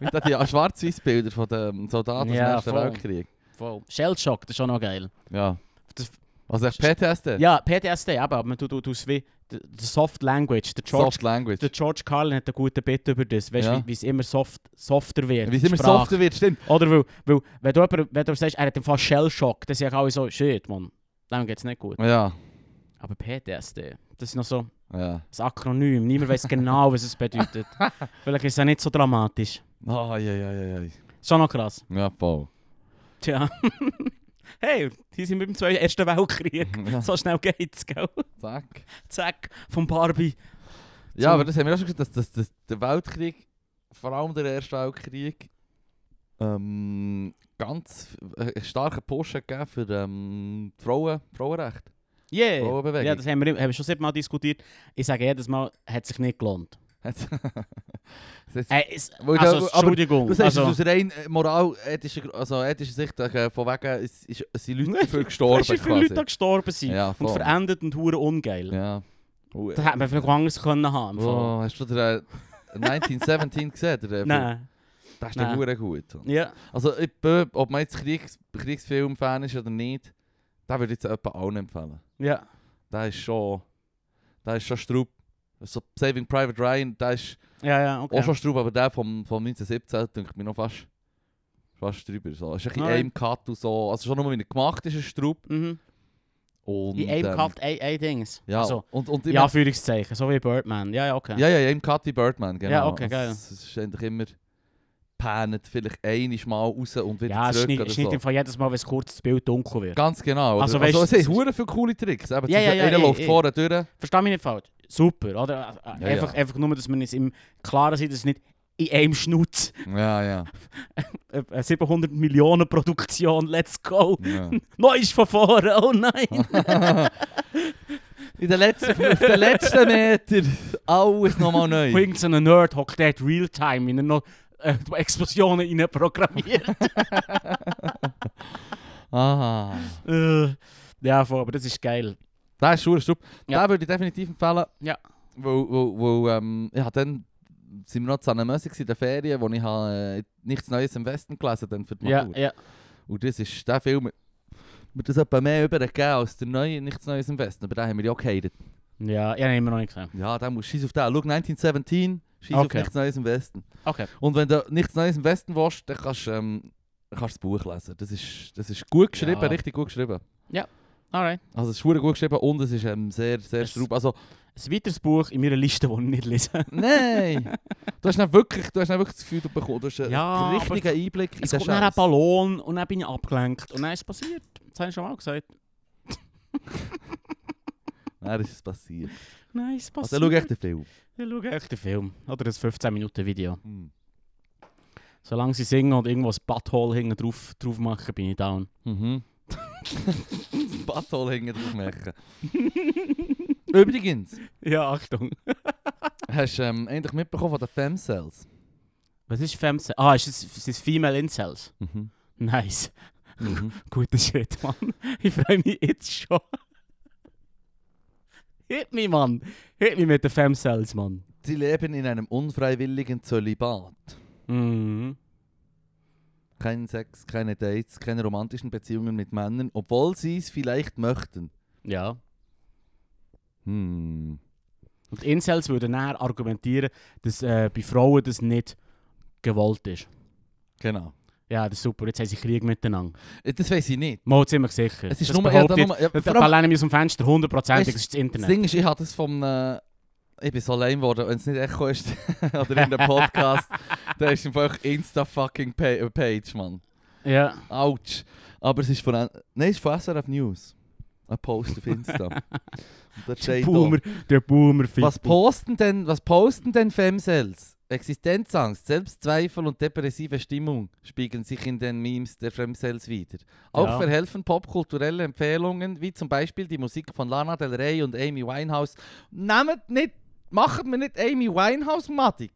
Mit den ja, Schwarz-Weiß-Bildern von den mm, Soldaten Ja, aus dem Ersten voll. Weltkrieg. Voll. Shellshock, das ist auch noch geil. Ja. Das- Also echt PTSD? Ja, PTSD, eben, aber du tust wie der der Soft Language. Der George, Soft Language. der George Carlin hat einen guten Bit über das. Weißt du, Ja. wie- wie es immer soft, softer wird. Wie es immer Sprache. softer wird, stimmt. Oder weil, weil wenn, du jemand, wenn du sagst, er hat im Fall Shellshock, dann sagen alle so, shit, Mann, dem geht's nicht gut. Ja. Aber PTSD, das ist noch so Ja. ein Akronym. Niemand weiß genau, was es bedeutet. Vielleicht ist es ja nicht so dramatisch. Oh, ja, ja, ja, ja. Schon noch krass. Ja, voll. Tja. hey, hier sind wir im Zwei- Ersten Weltkrieg. Ja, So schnell geht's, gell? zack. Zack, vom Barbie. Ja, aber das haben wir auch schon gesagt, dass, dass, dass der Weltkrieg, vor allem der Erste Weltkrieg, ähm, ganz äh, einen starken Push hat gegeben für ähm, Frauen, Frauenrecht. Yeah. Frauenbewegung. Ja, das haben wir, im- haben wir schon siebenmal diskutiert. Ich sage jedes Mal, hat sich nicht gelohnt. Hat's- Das ist- Äh, es, Weil da- also, aber Entschuldigung. Du sagst, also, aus rein äh, moral-ethischer also ethischer Sicht, äh, von wegen, es, ist, es sind Leute dafür gestorben. weißt du, wie viele quasi. Leute da gestorben sind? ja, Und voll. verendet und hure ungeil. Ja. Oh, Das hätte man vielleicht auch anders können haben im Fall. oh, hast du den äh, 1917 gesehen? Der, äh, Nein. Film? Das ist Nein. der hure gut. Nou, Ja. Also, eh, ich, bin- ob man jetzt Kriegs Kriegsfilm-Fan ist oder nicht, den würde ich jetzt etwa allen empfehlen. Ja. Der ist schon... Der ist schon Strupp. So Saving Private Ryan, der ist Ja, ja, okay. auch schon Strupp, aber der vom, vom 1917 denke ich mir noch fast... Fast drüber. So. Ist ein bisschen Alright. aim cut und so. Also schon nur, wenn er gemacht ist, ist Strupp. Mhm. Und, ähm, In einem Cut, ein, ein Dings. Ja, Also, und, und in immer, Anführungszeichen, so wie Birdman. Ja, ja, okay. ja, ja, ja, im Cut wie Birdman, genau. Ja, okay, Also, geil. Es ist eigentlich immer panet, vielleicht einisch mal raus und wieder Ja, es ist zurück nicht, oder ist nicht so. im Fall jedes Mal, wenn es kurz das Bild dunkel wird. Ganz genau. oder? Also, Also, weißt du, es sind es ist- hure viele coole Tricks. Ja, Eben, zum ja, Beispiel, ja, einer ja, läuft ja. vorne durch. Versteh mich nicht falsch. Super, oder? Äh, Ja, einfach, ja. einfach nur, dass man es im Klaren sieht, dass es nicht in einem Schnutz Ja, ja. äh, eine 700 Millionen Produktion, let's go. ja. Neu ist von vorne, oh nein. In den letzten, auf den letzten Meter alles nochmal Und neu. irgendein Nerd hockt dort real-time, wenn er noch äh, Explosionen rein programmiert. Ah. Äh, ja, voll, aber das ist geil. Das ist hure Strupp. Ja. Den würde ich definitiv empfehlen. Ja. Weil, weil, weil ähm, ich hab dann sind wir noch zu einer Musik in den Ferien, wo ich hab, äh, nichts Neues im Westen gelesen habe für die Ja, Matur. ja. Und das ist der Film, mir das etwa mehr übergegeben als der neue Nichts Neues im Westen. Aber den haben wir ja auch gehatet. Ja, ich habe ihn immer noch nicht gesehen. Ja, dann musst du scheiss auf den. Schau, 1917, scheiss auf Okay. Nichts Neues im Westen. Okay. Und wenn du Nichts Neues im Westen willst, dann kannst du ähm, dann kannst du das Buch lesen. Das ist, das ist gut geschrieben, Ja. richtig gut geschrieben. Alright. Also es ist verdammt gut geschrieben und es ist ähm, sehr, sehr Es- straub. Also Ein weiteres Buch in meiner Liste, das ich nicht lese. Nein! Du hast nicht wirklich, du hast nicht wirklich das Gefühl, du bekommst du hast einen Ja, richtigen Einblick in Es den kommt dann ein Scheiß. Ballon und dann bin ich abgelenkt. Und dann ist es passiert. Das habe ich schon mal gesagt. Dann ist es passiert. Nein, es Also passiert. schau echt den Film. ich schaue echt den Film. Oder das 15-Minuten-Video. Mhm. Solange sie singen und irgendwo ein Butthole hinten drauf, drauf machen, bin ich down. Mhm. das Butthole hängen drauf machen. Übrigens, Ja, Achtung. hast du ähm, endlich mitbekommen von den Femcells? Was ist Femse? Ah, ist es, ist es Female Incels? Mhm. Nice. Mhm. Guter Shit, Mann. Ich freue mich jetzt schon. Hit me, Mann. Hit me mit den Femcells, Mann. Sie leben in einem unfreiwilligen Zölibat. Mhm. Kein Sex, keine Dates, keine romantischen Beziehungen mit Männern, obwohl sie es vielleicht möchten. Ja. Hm. Und Incels würden dann argumentieren, dass äh, bei Frauen das nicht gewollt ist. Genau. Ja, das ist super. Jetzt haben sie Krieg miteinander. Äh, Das weiß ich nicht. Mal ziemlich sicher. Es ist das nur, ja, behauptet, da nur, ja, das vor allem- lehne ich aus dem Fenster hundertprozentig, Weißt- das ist das Internet. Das Ding ist, ich habe das vom, äh, ich bin so lame geworden, wenn es nicht Echo ist oder in der Podcast, dann ist einfach eh, Insta-fucking-Page, Mann. Ja. Autsch. Aber es ist von, nein, es ist von SRF News. Ein Post auf Insta. Und da steht da, Boomer, der Boomer Fippo. was posten denn, was posten denn Femcells? Existenzangst, Selbstzweifel und depressive Stimmung spiegeln sich in den Memes der Femcells wieder. Auch Ja. verhelfen popkulturelle Empfehlungen, wie zum Beispiel die Musik von Lana Del Rey und Amy Winehouse. Nehmt nicht, macht mir nicht Amy Winehouse madig.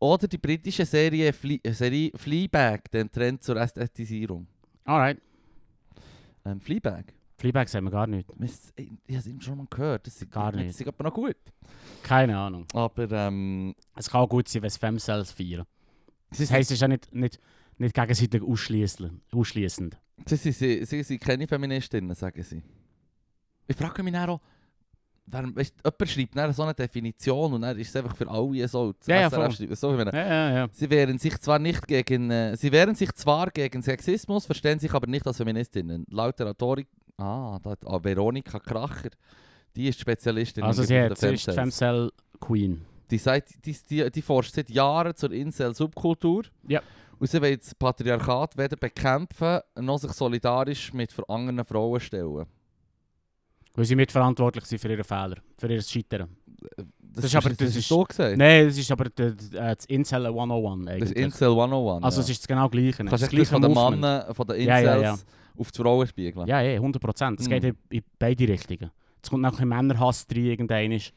Oder die britische Serie, Fle äh, Serie Fleabag, dem Trend zur Ästhetisierung. Alright. Ähm, Fleabag? Fleabag sagen wir gar nicht. Mist, Ich ich habe es schon mal gehört, das ist Gar nicht. Das ist aber noch gut. Keine Ahnung. Aber ähm, Es kann auch gut sein, wenn es Femcells feiern. Das heisst, es ist ja nicht, nicht, nicht gegenseitig ausschliessend. ausschliessend. Sie, sie, sie, sie sind keine Feministinnen, sagen sie. Ich frage mich dann auch, wer, weißt, jemand schreibt dann so eine Definition und dann ist es einfach für alle so. Das Ja, ja, SRF voll. schreibt es so, ich meine, Ja, ja, ja. Sie wehren sich zwar nicht gegen, äh, sie wehren sich zwar gegen Sexismus, verstehen sich aber nicht als Feministinnen. Laut der Autorin, ah, da, hat- ah, Veronika Kracher, die ist Spezialistin Also im sie Gebiet hat, der sie ist die Femcells. Femcell Queen. Die, sagt, die, die, die forscht seit Jahren zur Insel-Subkultur. Ja. Und sie will das Patriarchat weder bekämpfen, noch sich solidarisch mit für anderen Frauen stellen. Weil sie mitverantwortlich sind für ihre Fehler, für ihr Scheitern. Das, ist aber- das ist ist- so gesagt. Nein, das ist aber der- der- äh, das Incel 101 das ist eigentlich. Insel 101. also ja. es ist das genau gleiche. Kannst das echt das gleiche von den Movement. Männern, von den Ja, Insels ja, auf die Frauen spiegeln. Ja, ja, 100 Prozent. Es Mhm. geht in, in beide Richtungen. Es kommt nachher Männerhass rein, irgendein ist.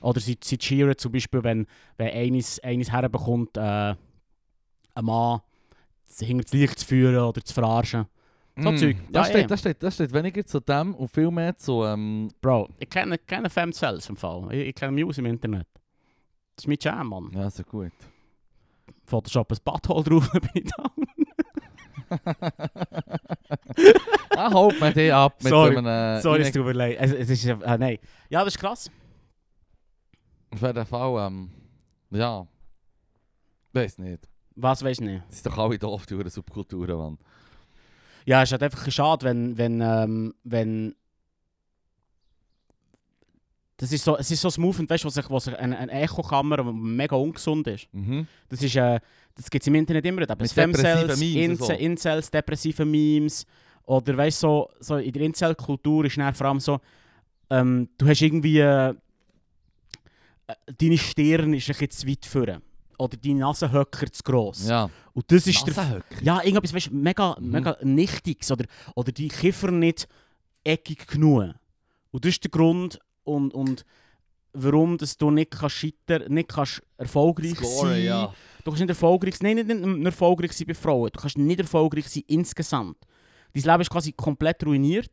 Oder sie, sie cheeren zum Beispiel, wenn, wenn eines, eines herbekommt, äh, einen Mann zu- hinter das Licht zu führen oder zu verarschen. So Mm. Zeug. Ja, Das, steht, eh. das, steht, das steht weniger zu dem und viel mehr zu... Ähm, Bro, ich kenne keine Femcells im Fall. Ich, ich kenne Muse im Internet. Das ist mein Jam, Mann. ja, so gut. Photoshop ein Butthole drauf, bin ich da. Dann holt man Ah, die ab mit Sorry. einem... äh, Sorry, es tut mir leid. Es, es ist, äh, nein. Ja, das ist krass. Auf jeden Fall, ähm, ja... Weiß nicht. Was weiß ich nicht. Das ist doch alle doof, die Huren Subkulturen, Mann. Ja, es ist halt einfach ein bisschen schade, wenn, wenn, ähm, wenn das ist so, es ist so ein Movement, weißt du, wo sich, wo sich eine, eine Echokammer, die mega ungesund ist. Mhm. Das ist, äh, das gibt es im Internet immer. Eben Mit Femcells, depressiven Memes und so. Inze, Incels, depressive Memes. Oder weißt du, so, so in der Incel-Kultur ist dann vor allem so, ähm, du hast irgendwie, äh, äh, deine Stirn ist ein bisschen zu weit vorne. Oder deine Nasenhöcker zu gross. Ja. Und das ist der Nasenhöcker. ja, irgendetwas weißt, mega, Mhm. mega Nichtiges oder, oder die Kiffer nicht eckig genug. Und das ist der Grund und, und warum dass du nicht kannst scheitern, nicht kannst erfolgreich Scoren, sein. ja. Du kannst nicht erfolgreich sein, nein, nicht, nicht erfolgreich sein bei Frauen. Du kannst nicht erfolgreich sein insgesamt. Dein Leben ist quasi komplett ruiniert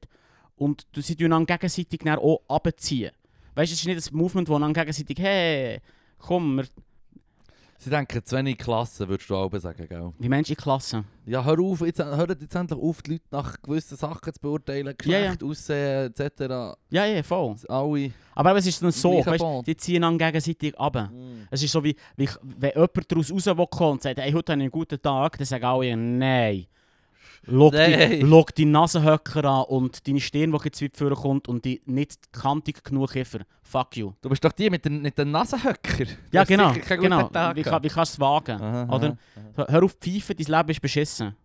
und du sie tun dann gegenseitig dann auch abziehen. Weißt du, es ist nicht ein Movement, wo dann gegenseitig, hey, komm, wir, Sie denken, zu wenig Klassen, würdest du auch sagen, gell? wie meinst du in Klasse? Ja, hör auf, jetzt, hört jetzt endlich auf, die Leute nach gewissen Sachen zu beurteilen, Ja, Geschlecht, ja. Aussehen, etc. Ja, ja, voll. Das Alle... Aber eben, es ist dann so, Gleicher Mm. weißt, du, Bond. die ziehen dann gegenseitig ab. Es ist so, wie, wie ich- wenn jemand daraus rauskommt will kommen und sagt, hey, heute habe ich einen guten Tag, dann sagen alle, nein. Schau Nein. die, schau die Nasenhöcker an und deine Stirn, die jetzt weit vorne kommt und die nicht kantig genug Kiefer. Fuck you. Du bist doch die mit den, mit den Nasenhöcker. Du Ja, hast genau. sicher keinen genau. guten Tag Wie, kann, gehabt. wie kannst du es wagen? Aha, aha. Hm. Oder? So, Hör auf zu pfeifen, dein Leben ist beschissen.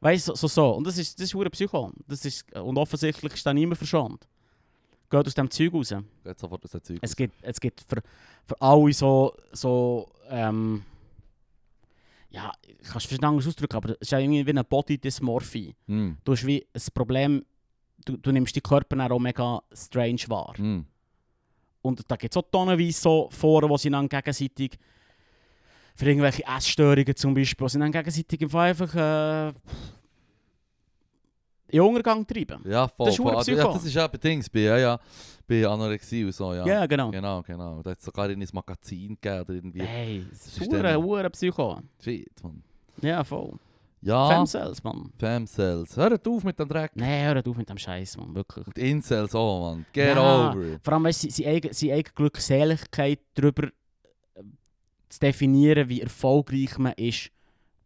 weißt du, so, so, so. Und das ist, das ist hure Psycho. Das ist, äh, und offensichtlich ist da niemand verschont. Geht aus dem Zeug raus. Geht sofort aus dem Zeug. Es gibt, es gibt für, für alle so, so ähm, ja, ich kann es nicht anders ausdrücken, aber es ist ja irgendwie wie eine Body Dysmorphie. Mm. Du hast wie ein Problem, du, du nimmst die Körper dann auch mega strange wahr. Mm. Und da gibt es auch tonnenweise so Foren, wo sie dann gegenseitig für irgendwelche Essstörungen zum Beispiel, wo sie dann gegenseitig im Fall einfach äh, in den Untergang treiben. Ja, voll. Das ist voll. Also, verdammt Ja, Psycho. das ist ja bei Dings, bei, ja, ja, bei Anorexie und so, ja. Ja, genau. Genau, genau. Da hat es sogar in ein Magazin gegeben oder irgendwie. Hey, das ist ist hure, dann- hure Psycho. Shit, Mann. Ja, voll. Ja. Femcells, Mann. Femcells. Hört auf mit dem Dreck. Nee, hör auf mit dem Scheiß, Mann, wirklich. Und Incels auch, Mann. Get Ja. over it. Vor allem, weißt du, sie- sie eigen- sie eigene Glückseligkeit darüber äh, zu definieren, wie erfolgreich man ist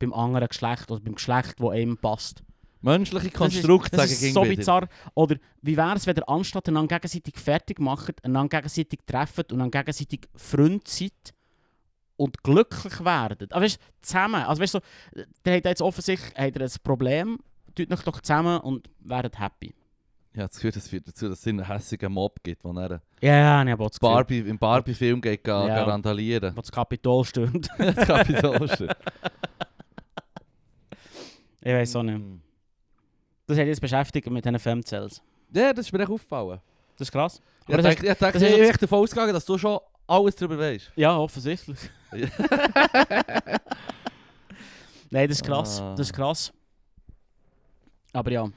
beim anderen Geschlecht oder beim Geschlecht, das einem passt. Menschliche Das ist- Konstrukt, das sage ist ich so immer wieder. bizarr. Oder wie wäre es, wenn ihr anstatt einander gegenseitig fertig macht, einander gegenseitig trefft und einander gegenseitig Freund seid und glücklich werdet? Aber weißt, zusammen. Also weißt du, so, ihr habt jetzt offensichtlich habt ihr ein Problem, tut euch doch zusammen und werdet happy. Ich habe das Gefühl, das führt dazu, dass es einen hässigen Mob gibt, der dann Ja, ja, ich habe auch das Gefühl, Barbie, im Barbie-Film geht ga, Ja. ga randalieren. wo das Kapitol stürmt. Das Kapitolste. ich weiß auch nicht. Das hat jetzt beschäftigt mit diesen Femcells. Ja, das ist mir echt aufgefallen. Das ist krass. Ich Aber das dachte, ich dachte, das ich ist- bin echt davon ausgegangen, dass du schon alles darüber weißt. Ja, offensichtlich. Ja. Nein, das ist krass. Ah. Das ist krass. Aber ja.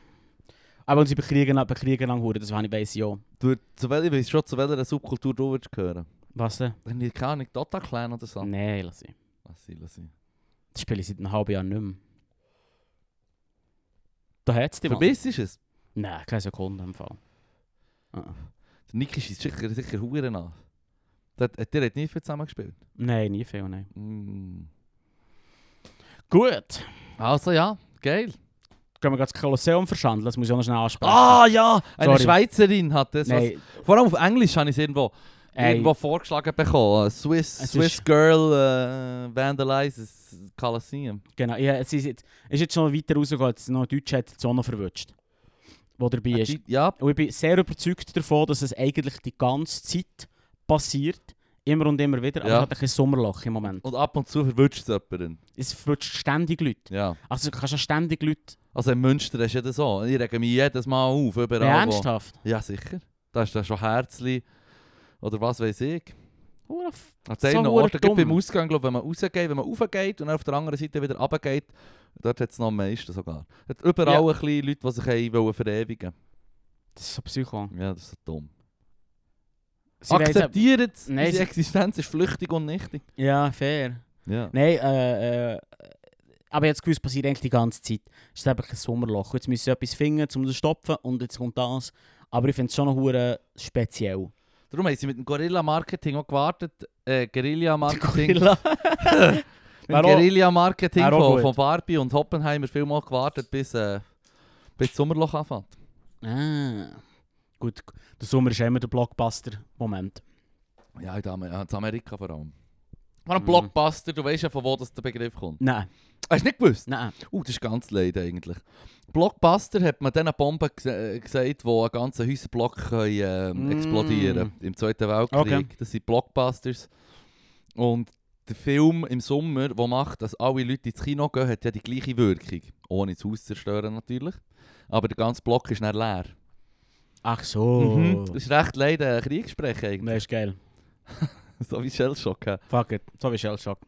Aber sie bekriegen, bekriegen am Huren, das habe ich weiss, ja. Du, zu wel, ich weiß schon, zu welcher Subkultur du würdest gehören. Was denn? Dann ich kann nicht Dota Clan oder so. Nein, lass ich. Lass ich, lass ich. Das spiele ich seit einem halben Jahr nicht mehr. Da hat es dich mal. Vermisst ist es. Nein, keine Sekunde im Fall. Ah. Der Niki ist sicher, sicher Huren an. Der, der hat nie viel zusammengespielt. Nein, nie viel, nein. Mhm. Mm. Gut. Also ja, geil. Gehen wir gerade das Kolosseum verschandeln, das muss ich auch noch schnell ansprechen. Ah ja, eine Sorry. Schweizerin hat das. Was, nein, vor allem auf Englisch habe ich es irgendwo, ey, irgendwo vorgeschlagen bekommen. Swiss, Es Swiss ist- Girl äh, Vandalizes Colosseum. genau. Ja, es ist jetzt, ist jetzt schon weiter rausgegangen, jetzt noch Deutsch hat es auch noch verwünscht. Wo dabei ist. Ja, Und ich bin sehr überzeugt davon, dass es eigentlich die ganze Zeit passiert. Immer und immer wieder. Aber Ja. es hat ein bisschen Sommerloch im Moment. und ab und zu verwünscht es jemanden. Es verwirrt ständig Leute. Ja. Also du kannst ja ständig Leute... Also in Münster ist ja das so. Ich rege mich jedes Mal auf, überall. Ja, wo- ernsthaft. Ja, sicher. Da ist dann schon Herzli oder was weiß ich. Hure f- An So so einen verdammt Orten, gerade beim dumm. Ausgang, glaub, wenn man rausgeht, wenn man raufgeht und dann auf der anderen Seite wieder runtergeht, dort hat es noch am meisten sogar. Hat überall Ja. ein bisschen Leute, die sich haben wollen verewigen Das ist so psycho. Ja, das ist so dumm. Sie weiss ja- Akzeptiert es! Nein, Unsere sie- Existenz ist flüchtig und nichtig. Ja, fair. Ja. Nein, äh, äh, aber jetzt gewusst, passiert eigentlich die ganze Zeit. Es ist einfach ein Sommerloch. Jetzt müssen sie etwas finden, um das zu stopfen und jetzt kommt das. Aber ich finde es schon noch hure speziell. Darum haben sie mit dem Guerilla-Marketing auch gewartet. Äh, Guerilla-Marketing. Gorilla. Mit dem Wäre auch- Guerilla-Marketing wäre auch von, gut. von Barbie und Oppenheimer Film auch gewartet, bis, äh, bis das Sommerloch anfängt. Ah. Gut, der Sommer ist immer der Blockbuster-Moment. Ja, in Amer- in Amerika vor allem. Warum Mhm. Blockbuster? Du weißt ja, von wo das der Begriff kommt. Nein, Hast du nicht gewusst? nein. Uh, das ist ganz leid eigentlich. Blockbuster hat man diesen Bomben gse- äh, gesagt, die einen ganzen Häuserblock können, ähm, Mm. explodieren im Zweiten Weltkrieg. Okay. Das sind Blockbusters. Und der Film im Sommer, der macht, dass alle Leute ins Kino gehen, hat ja die gleiche Wirkung. Ohne das Haus zu zerstören natürlich. Aber der ganze Block ist dann leer. Ach so. Mhm. Das ist recht leid ein Kriegssprech Das eigentlich. ist geil. so wie Shellshock. hä? Fuck it. So wie Shellshock.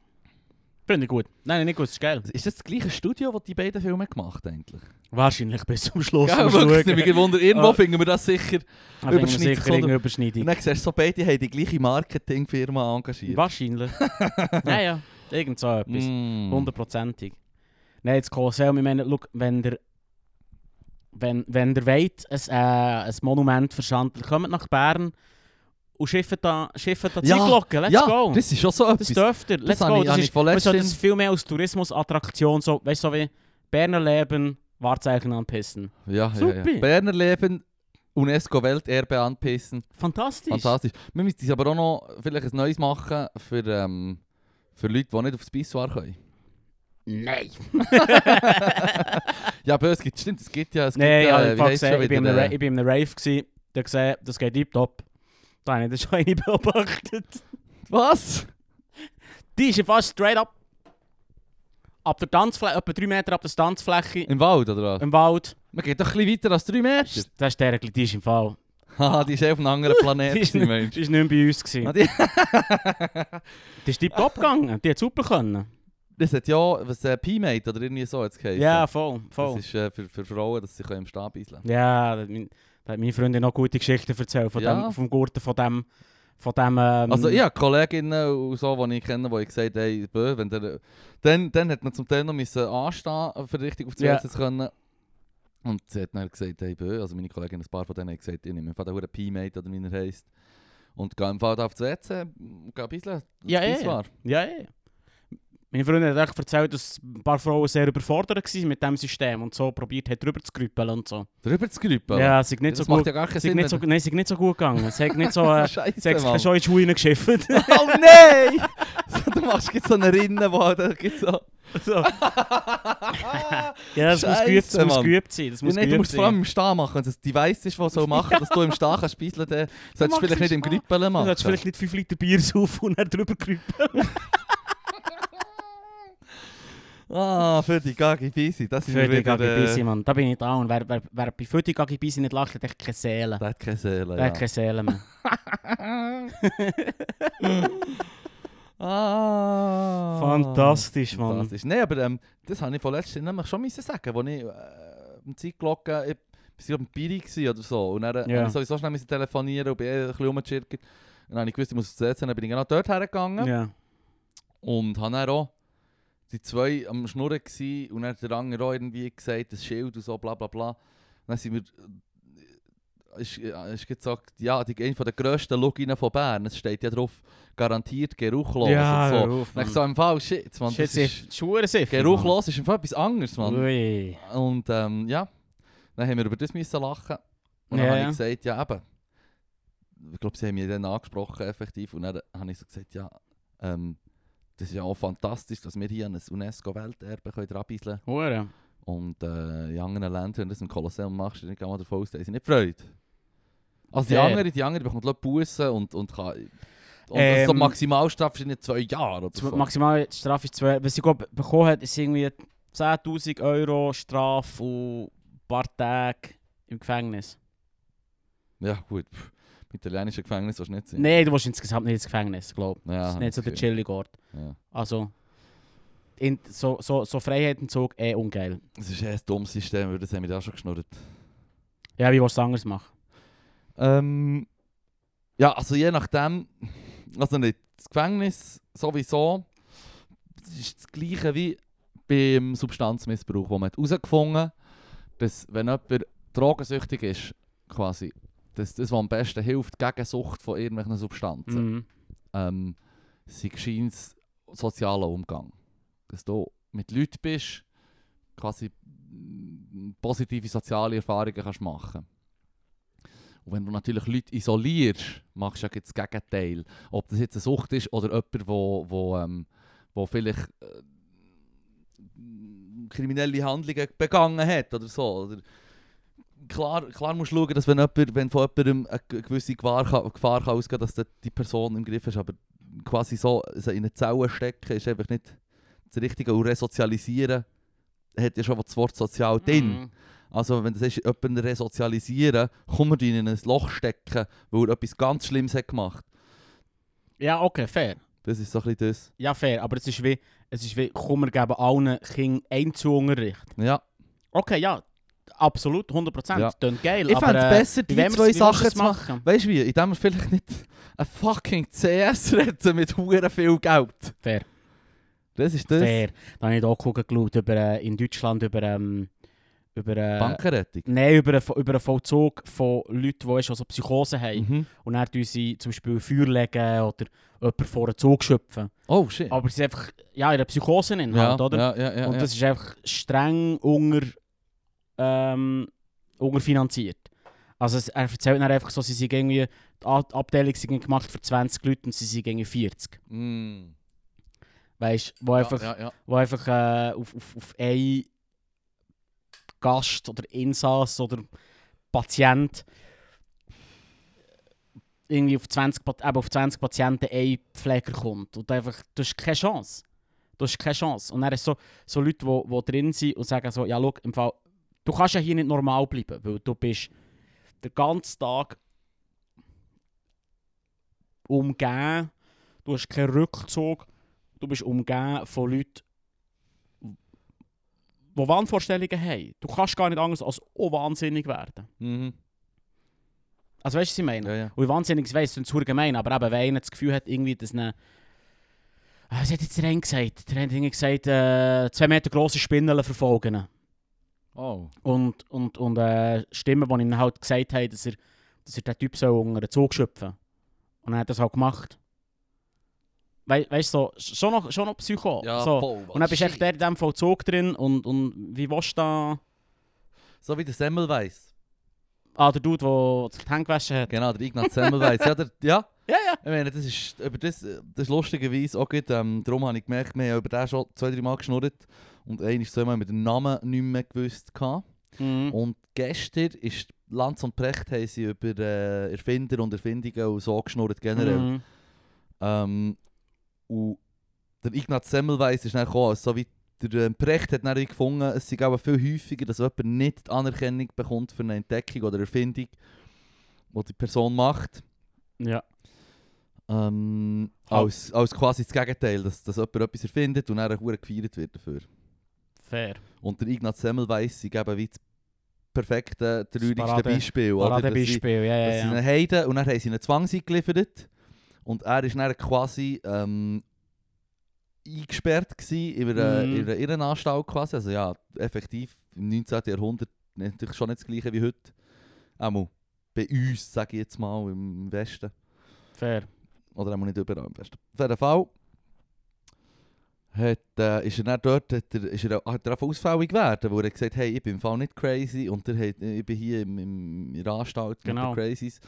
Finde ich gut. Nein, nein, nicht gut. Das ist geil. Ist das das gleiche Studio, das die beiden Filme gemacht hat eigentlich? Wahrscheinlich bis zum Schluss. Ja, musst du wirklich nicht. schauen. Ich wundere, irgendwo Ah. finden wir das sicher. Aber ich denke, Überschneidung sicher irgendeine Und Überschneidung. dann siehst du, so beide haben die gleiche Marketingfirma engagiert. Wahrscheinlich. ja, ja. Irgend so etwas. Mm. Hundertprozentig. Nein, jetzt Kolosseum, ich meine, look, wenn der wenn, wenn der wollt, ein, äh, ein Monument verschandeln, kommt nach Bern und schifft da, schifft da Ja, Zeitglocken, let's ja, go. das ist schon so etwas. Das dürft ihr, let's das habe go. ich- das habe ich ist, von man sollte letztem- das viel mehr als Tourismusattraktion, so, weißt du, so wie Berner Leben, Wahrzeichen anpissen. ja, ja, ja. Super. Berner Leben, UNESCO-Welterbe anpissen. Fantastisch. Fantastisch. Wir müssen uns aber auch noch vielleicht ein neues machen für, ähm, für Leute, die nicht aufs Pissoir können. Nein. Ja, aber es gibt, stimmt, es gibt ja... Es gibt, Nein, ich ja, habe eh, wie ja, heisst es schon gesehen, ich bin wieder, in äh, einem Ra- ich war in einem Rave, gewesen, da gesehen, das geht tiptop. Da habe ich das schon eine beobachtet. Was? Die ist fast straight up. Ab der Tanzfläche, etwa 3 Meter ab der Tanzfläche Im Wald, oder was? im Wald. Man geht doch ein bisschen weiter als 3 Meter. Das ist der, die ist im Fall. Haha, die ist eh auf einem anderen Planeten, Die ist gewesen, Mensch. Die ist nicht mehr bei uns. Ah, Gewesen. die- Die ist deep top gegangen, die hat super können. Das hat ja... Was, äh, P-Mate oder irgendwie so jetzt geheißen. Ja, voll, Das voll. ist äh, für, für Frauen, dass sie können im Stab einzeln Ja, da hat mein- da hat meine Freundin noch gute Geschichten erzählt von Ja. dem, vom Gurten, von dem, von dem, ähm, Also ich habe Kolleginnen und so, die ich kenne, die ich gesagt habe, hey, bö, wenn der, dann, dann hat man zum Teil noch müssen anstehen, für richtig auf die Ja. WC zu können. Und sie hat dann gesagt, hey, bö, also meine Kolleginnen, ein paar von denen haben gesagt, ich nehme im Fall den verdammten P-Mate oder wie er heisst. Und gehe im Fall da auf die WC, und gehe ein bisschen. Ja, ja, Das war. Ja, ja. Meine Freundin hat echt erzählt, dass ein paar Frauen sehr überfordert waren mit diesem System und so probiert hat, drüber zu grüppeln und so. Drüber zu grüppeln? Ja, es ist nicht, das so macht gut- ja gar keinen sei Sinn. nicht so wenn- Nein, es ist nicht so gut gegangen. Es hat nicht so... Äh, Scheisse, sie hat Mann. gesagt, schon in die Schuhe reingeschifft. Oh nein! So, du machst jetzt so eine Rinne, wo da gibt so... so. Ja, das muss, Scheisse, geübt, das muss Mann. geübt sein. Das Ja, muss nein, du geübt musst es vor allem im Stehen machen. Wenn es ein Device ist, das so machen dass du im Stehen kannst spiegeln, dann solltest du machst vielleicht nicht im im Stehen. Grüppeln Du machen. solltest vielleicht nicht 5 Liter Bier saufen und dann drüber grüppeln. Ah, für die Gagi Bisi, das ist Für die wieder... äh, Gagibisi, Mann. Da bin ich da. Und wer, wer, wer bei für die Gagibisi nicht lacht, hat echt keine Seele. Der hat keine Seele, Der hat ja. keine Seele mehr. Ah. Fantastisch, Mann. Fantastisch. Nein, aber ähm, das habe ich von letztem nämlich schon müssen sagen, als ich äh, um die Zeit gelockt ich war am Biri gewesen oder so. Und dann yeah. Ja. musste ich sowieso schnell müssen telefonieren und bin eh ein bisschen rumgeschirrt. Und dann habe ich gewusst, ich muss zu setzen, dann bin ich genau dort hergegangen. Ja. Und habe dann auch die zwei am Schnurren gewesen und dann hat der andere auch irgendwie gesagt, das Schild und so, bla bla bla. Und dann sind wir... äh, Ich, ich gesagt, ja, die, eine der grössten Loginen von Bern, es steht ja drauf, garantiert geruchlos Ja, und so. hör auf, Und ich Mann. so, im Fall, shit, man, Shit, das ist... Siff. Schuhe, Siff. Geruchlos ist im Fall etwas anderes, Mann. Mann. Ui. Und ähm, ja, dann haben wir über das müssen lachen. Und dann Ja, habe ich ja. gesagt, ja eben. Ich glaube, sie haben mich dann angesprochen, effektiv. Und dann habe ich so gesagt, ja, ähm, das ist ja auch fantastisch, dass wir hier an ein UNESCO-Welterbe können dranbeiseln können. Hure. Und äh, in anderen Ländern, wenn du das im Kolosseum machst, dann kann man davon aus, dass sie nicht freut. Also die Fair. andere, die andere bekommt Leute Bussen und, und kann... Und Ähm, so Maximalstrafe ist nicht zwei Jahre oder Zw- so. Maximale Strafe ist 12. Was sie glaub, bekommen hat, ist irgendwie 10.000 Euro Strafe und ein paar Tage im Gefängnis. ja gut, pff, im italienischen Gefängnis willst du nicht sein. Nein, du willst insgesamt nicht ins Gefängnis, glaube ich. Ja, das ist hab nicht ich so der das Gefühl. chillige Ort. Ja. Also, in, so, so, so Freiheitenzug eh ungeil. Das ist eh ein dummes System, weil das haben wir da schon geschnurrt. Ja, wie willst du es anders machen? Ähm, ja, also je nachdem, also nicht, das Gefängnis sowieso, das ist das gleiche wie beim Substanzmissbrauch, wo man hat herausgefunden hat, dass wenn jemand drogensüchtig ist, quasi, dass das, was am besten hilft, gegen Sucht von irgendwelchen Substanzen. Mhm. ähm, sei scheint sozialer Umgang. Dass du mit Leuten bist, quasi mm, positive soziale Erfahrungen kannst machen Und wenn du natürlich Leute isolierst, machst du ja jetzt das Gegenteil. Ob das jetzt eine Sucht ist oder jemand, wo, wo, ähm, wo vielleicht äh, kriminelle Handlungen begangen hat oder so. Oder klar, klar musst du schauen, dass wenn, jemand, wenn von jemandem eine ge- gewisse Gefahr, kann- Gefahr kann ausgehen dass du die Person im Griff hast, aber quasi so sie in eine Zelle stecken ist einfach nicht das Richtige. Und resozialisieren hat ja schon das Wort sozial drin. Mhm. Also wenn du sagst, jemanden resozialisieren, kommen wir ihn in ein Loch stecken, weil er etwas ganz Schlimmes hat gemacht Ja, okay, fair. Das ist so ein bisschen das. Ja, fair. Aber es ist wie, es ist wie, komm, wir geben allen Kindern Einzelunterricht. Ja. Okay, ja, absolut, 100%. Ja. Tönt geil. Ich aber, fände es äh, besser, die wie wollen zwei wir's- wie Sachen willst du's zu machen. Weißt du wie, indem wir vielleicht nicht ein fucking CS retten mit hure viel Geld. Fair. Das ist das. Fair. Äh, Dann habe ich auch geguckt, geschaut, über, äh, in Deutschland über. Ähm, über äh, Bankenrettung. Nein, über, einen Vo- über einen Vollzug von Leuten, die weißt du, also Psychose haben. Mhm. Und dann tun sie zum Beispiel Feuer legen oder jemanden vor einen Zug schöpfen. Oh shit. Aber sie sind einfach ja, in der Psychose drin ja, halt, oder? ja, ja, ja, Und ja. das ist einfach streng unter, ähm, unterfinanziert. Also es, er erzählt dann einfach so, sie sind irgendwie, die A- die Abteilung sie gemacht für 20 Leute und sie sind irgendwie 40. Mm. Weißt du, wo Ja, einfach, ja, ja. Wo einfach äh, auf, auf, auf einen Gast oder Insass oder Patient irgendwie auf 20, Pat- eben auf 20 Patienten ein Pfleger kommt. Und einfach, du hast keine Chance. Du hast keine Chance. Und dann ist so, so Leute, die wo, wo drin sind und sagen so, ja schau, im Fall, du kannst ja hier nicht normal bleiben, weil du bist den ganzen Tag umgeben, du hast keinen Rückzug, du bist umgeben von Leuten, die Wahnvorstellungen haben. Du kannst gar nicht anders als auch wahnsinnig werden. Mhm. Also weißt du, was ich meine? ja, ja. Und wahnsinnig, ich weiss, es ist gemein, aber eben, wenn einer das Gefühl hat, irgendwie, dass eine... Ah, Was hat jetzt der Renn gesagt? Der Renn hat irgendwie gesagt, äh, zwei Meter grosse Spinnen verfolgen. ihn. Oh. Und, und, und äh, Stimmen, die ihm halt gesagt haben, dass er, dass er den Typ soll unter den Zug schöpfen Und er hat das halt gemacht. Wei weißt du, so, schon noch, schon noch Psycho. Ja, so. voll. Oh, Und dann bist du echt der der. in diesem Vollzug drin und, und wie willst du da... So wie der Semmelweis. Ah, der Dude, der sich die Hände gewaschen hat. Genau, der Ignaz Semmelweis. ja, der, ja, Ja, ja. ich meine, das ist, über das, äh, das ist lustigerweise auch gut. Ähm, darum habe ich gemerkt, wir haben ja über den schon zwei, drei Mal geschnurrt. Und einmal zweimal mit dem Namen nicht mehr gewusst. Gehabt. Mhm. Und gestern ist Lanz und Precht haben sie über äh, Erfinder und Erfindungen und so geschnurrt generell. Mhm. Ähm, und der Ignaz Semmelweis ist dann gekommen, also so wie der ähm, Precht hat dann wie gefunden, es sei auch viel häufiger, dass jemand nicht die Anerkennung bekommt für eine Entdeckung oder Erfindung, die die Person macht, Ja. ähm, Ah. als, als quasi das Gegenteil, dass, dass jemand etwas erfindet und dann verdammt gefeiert wird dafür. Fair. Und der Ignaz Semmelweis sei eben wie das perfekte, traurigste Parade- Beispiel. oder? Gerade ein Dass sie- Beispiel, ja, Das sind ja, ja. Heiden und dann haben sie einen Zwang geliefert. Und er war dann quasi ähm, eingesperrt gewesen in einer, Mhm. in einer Irrenanstalt quasi. Also ja, effektiv im 19. Jahrhundert natürlich schon nicht das gleiche wie heute. Einmal bei uns, sage ich jetzt mal, im Westen. Fair. Oder einmal nicht überall im Westen. Auf jeden Fall hat, äh, ist er dann dort hat er, ist er, hat er einfach ausfällig geworden, wo er gesagt hat, hey, ich bin im Fall nicht crazy und der hat, ich bin hier im, im, in der Anstalt Genau. mit den Crazies.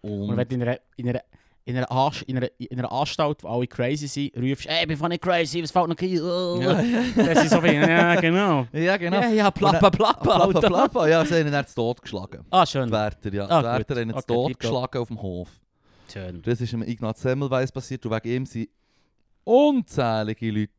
Und, Und wenn du in einer, in einer, in einer, Anst in einer, in einer Anstalt, wo alle crazy sind, rufst «Ey, ich bin voll nicht crazy, was fällt noch ein?» oh. ja, Das ist so wie «Ja, genau.» ja, genau. «Ja, ja, plappa, plappa, Plappa, Alter.» plappa. Ja, sie haben ihn dann zu Tod geschlagen. Ah, Die schön. Wärter, ja. Ah, die Wärter gut. haben ihn zu Okay, Tod tipptopp. geschlagen auf dem Hof. Schön. Das ist einem Ignaz Semmelweis passiert und wegen ihm sind unzählige Leute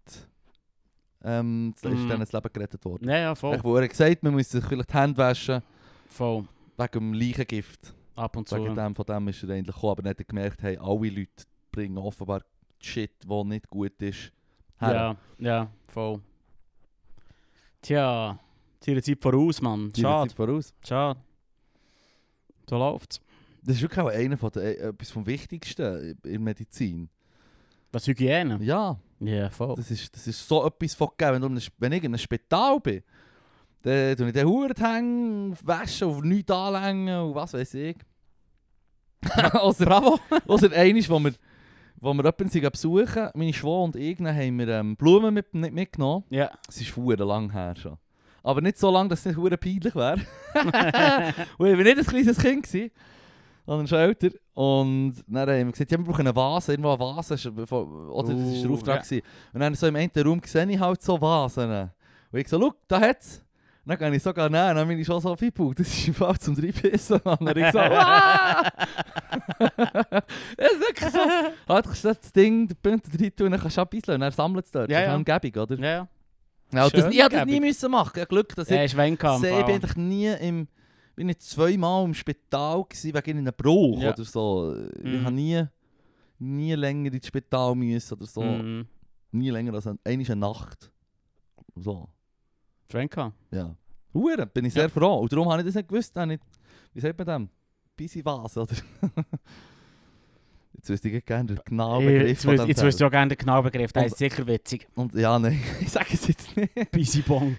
ähm, ist Mhm. denen das Leben gerettet worden. Ja, ja, voll. Ich wo er gesagt, man muss sich vielleicht die Hände waschen Voll. wegen dem Leichengift. Ab und zu. Wegen dem, von dem ist er eigentlich gekommen. Aber dann hat er gemerkt, hey, alle Leute bringen offenbar Shit, der nicht gut ist, her. Ja, ja, voll. Tja, die Zeit voraus, Mann. Die Schade, Zeit voraus. schade. So läuft's. Das ist wirklich auch einer von der, äh, etwas vom Wichtigsten in der Medizin. Was Hygiene? Ja, Ja, voll. das ist, das ist so etwas von gegeben. Wenn, du in einem Sp- wenn ich in einem Spital bin, dann tue ich den Hut hängen, waschen, auf nichts anlängen und was weiß ich. Außer Bravo! Ausser eines, wo wir, wo wir jemanden sind besuchen, meine Schwester und ich, dann haben wir ähm, Blumen mit, nicht mitgenommen. Ja. Es ist verdammt lang her schon. Aber nicht so lang, dass es nicht verdammt peinlich wäre. und ich war nicht ein kleines Kind, gewesen, sondern schon älter. Und dann haben wir gesagt, ja, wir brauchen eine Vase, irgendwo eine Vase. ist- Oder das war der Uh, Auftrag. ja. gewesen. Und dann so im einen Raum gesehen ich halt so Vasen. Und ich so, schau, da hat's. Und dann kann ich sogar nehmen, dann bin ich schon so viel Das ist im Fall zum Dreipissen. Und dann ich so, «Uah!» Das ist wirklich so. Ah, du kannst das Ding, den Punkt rein tun, dann kannst du abbeißen und dann sammelt es dort. Ja, das ist ja. angebig, oder? Ja, ja. Ja, Schön das, ich hätte das nie angebig. müssen machen. Ich hab Glück, dass Ja, ich, ist wenn ich bin eigentlich nie im, bin ich zweimal im Spital gewesen, wegen einem Bruch Ja. oder so. Ich Mhm. habe nie, nie länger ins Spital müssen oder so. Mhm. Nie länger als ein, einmal eine Nacht. So, Schwenka. ja. Hure, bin ich sehr Ja. froh. Und darum habe ich das nicht gewusst. Habe ich, wie sagt man dem? Bisschen was, oder? Jetzt wüsste ich gerne den genauen Begriff Äh, Jetzt von dem wüsste ich Teil. auch gerne den genauen Begriff, der Und- ist sicher witzig. Und ja, nein, ich sage es jetzt nicht. Busy Bong.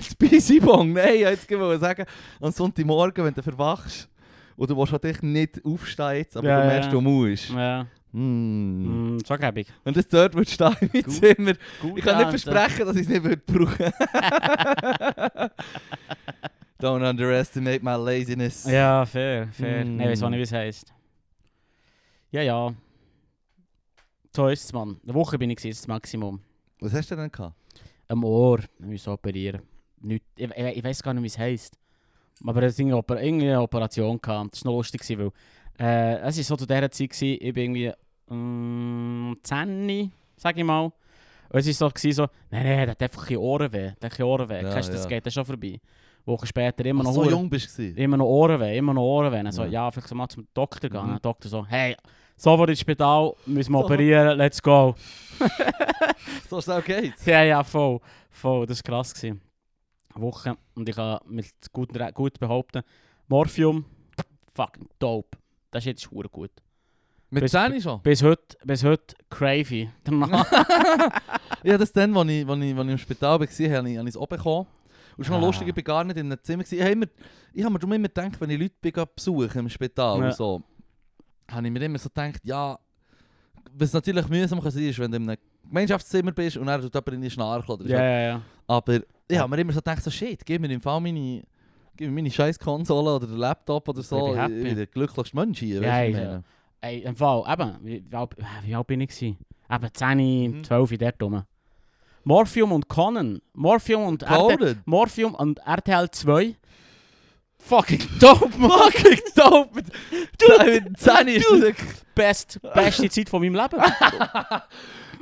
Speisebong, nein, ich wollte gerade sagen, am Sonntagmorgen, wenn du verwachst und du willst halt echt nicht aufstehen jetzt, aber Ja, du ja. merkst, du musst. Ja. Mm. Mm, so gäbig. Und das dort wird stehen im Gut. Zimmer. Gut, Ich kann nicht Alter. versprechen, dass ich es nicht würde brauchen Don't underestimate my laziness. Ja, fair, fair. Mm. Nein, weiß auch nicht, wie es heisst. Ja, ja. So ist es, Mann. Eine Woche bin ich gewesen, das Maximum. Was hast du denn gehabt? Am Ohr müssen operieren. Nicht, ich ich, ich weiß gar nicht, wie es heisst. Aber es war Oper irgendeine Operation. Gehabt. Das war noch lustig, gewesen, weil äh, es war so zu dieser Zeit, gewesen, ich bin irgendwie mm, 10, sage ich mal. Und es war so, gewesen, so, nein, nein, der hat einfach keine Ohren weh. Der hat keine Ohren weh. Ja, Kennst du, ja. das geht dann schon vorbei. Wochen später immer Als du noch so Hure- jung bist du. Immer noch Ohrenweh, immer noch Ohrenweh. Dann So, Ja. ja. vielleicht so mal zum Doktor gehen. Mhm. Der Doktor so, hey, sofort ins Spital, müssen wir Sofort. operieren, let's go. So schnell geht's. Ja, ja, voll. Voll, das war krass. Gewesen. Eine Woche und ich kann mit gutem Re- gut behaupten, Morphium, fucking dope. Das ist jetzt hure gut. Mit Bis- 10 schon? Bis heute, bis heute, cravey. Danach. Ja, das dann, als ich, als ich, als ich im Spital war, habe ich, habe ich es auch bekommen. Und schon Ah. lustig, ich war gar nicht in einem Zimmer. gewesen. Ich habe, immer, ich habe mir darum immer gedacht, wenn ich Leute bin, gehe besuchen im Spital Ja. und so, habe ich mir immer so gedacht, ja, was natürlich mühsam kann sein ist, wenn du in einem Gemeinschaftszimmer bist und dann tut jemand in die Schnarchen oder so. Ja, ja, ja. Aber ich habe mir immer so gedacht, so shit, gib mir im Fall meine, gib mir meine scheiß Konsole oder den Laptop oder Ich so. bin Ich happy. ich bin der glücklichste Mensch hier. Ja, weisst du, ja. ich meine. Ey, im Fall, eben, wie- wie alt, wie alt bin ich gewesen? Eben 10, Mhm. 12 in dort rum. Morphium und Conan. Morphium und RTL. Golden. Morphium und RTL 2. Fucking dope, man. Fucking dope. Dude, 10 ist das wirklich- Best, beste Zeit von meinem Leben.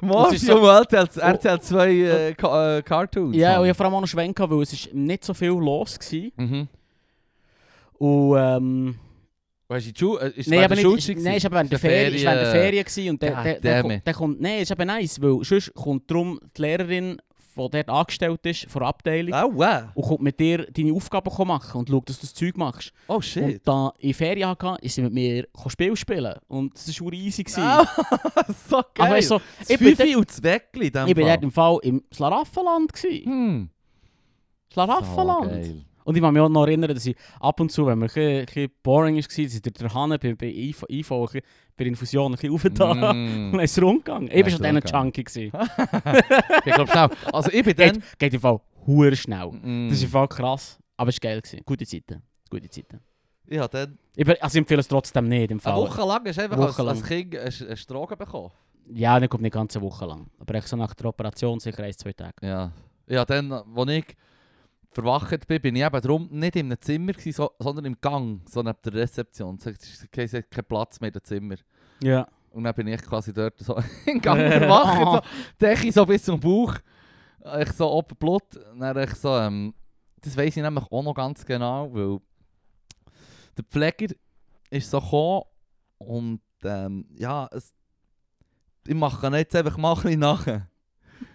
Morphium ist so- RTL, RTL 2 äh, Ka- äh, Cartoons. ja, Mann. und ich hab vor allem auch noch Schwenk, gehabt, weil es ist nicht so viel los war. Mhm. Und, ähm... Weißt du, die Schu- äh, ist Nein, während aber der nicht, Schulzeit ist, nein, ist aber während der Ist eine Ferien, ist während der Ferien- Ah, Ferien gewesen und der, God der, der, damn kommt- it. der kommt, nein, ist eben nice, weil sonst kommt drum die Lehrerin, die dort angestellt ist, von der Abteilung, gewesen? Oh, wow. und kommt mit dir deine Aufgaben kommen machen und schaut, dass du das Zeug machst. Oh, shit. Und da ich Ferien hatte, ist sie mit mir Spiel spielen und das war schon easy. Gewesen. Ah, so geil. aber weisst du, Das ich bin, Fünfe und das Weckli in dem dort, ich bin Fall. dort im Fall im Schlaraffenland gewesen. Hm. So Schlaraffenland. geil. Und ich kann mich auch noch erinnern, dass ich ab und zu, wenn mir ein bisschen, ein bisschen boring war, dass ich durch den Hahn bei, bei IV, IV ein bisschen- bei der Infusion ein bisschen aufgetan habe. Mm. Und dann ist es rumgegangen. Ich Ja, war ist schon dann ein rumgegangen. Junkie. gewesen. Ich glaube schnell. Also ich bin dann... Geht, geht im Fall hure schnell. Mm. Das ist im Fall krass. Aber es war geil. Gewesen. Gute Zeiten. Gute Zeiten. Ich habe dann... Ich, be- also ich empfehle es trotzdem nicht im Eine Fall. Woche lang hast du einfach Woche als, lang. als Kind einen Sch- einen Stragen bekommen. Ja, nicht kommt eine ganze Woche lang. Aber echt so nach der Operation sicher ein, zwei Tage. Ja. Ja, dann, als ich verwacht bin, bin ich eben drum nicht in einem Zimmer, gewesen, so, sondern im Gang, so neben der Rezeption. Es hat keinen Platz mehr im Zimmer. Ja. Und dann bin ich quasi dort so im Gang verwacht. so, Decke so bis zum Bauch. Ich so oben Blut. Dann ich so, ähm, das weiß ich nämlich auch noch ganz genau, weil der Pfleger ist so gekommen und ähm, ja, es, ich mache ihn jetzt einfach mal ein bisschen nachher.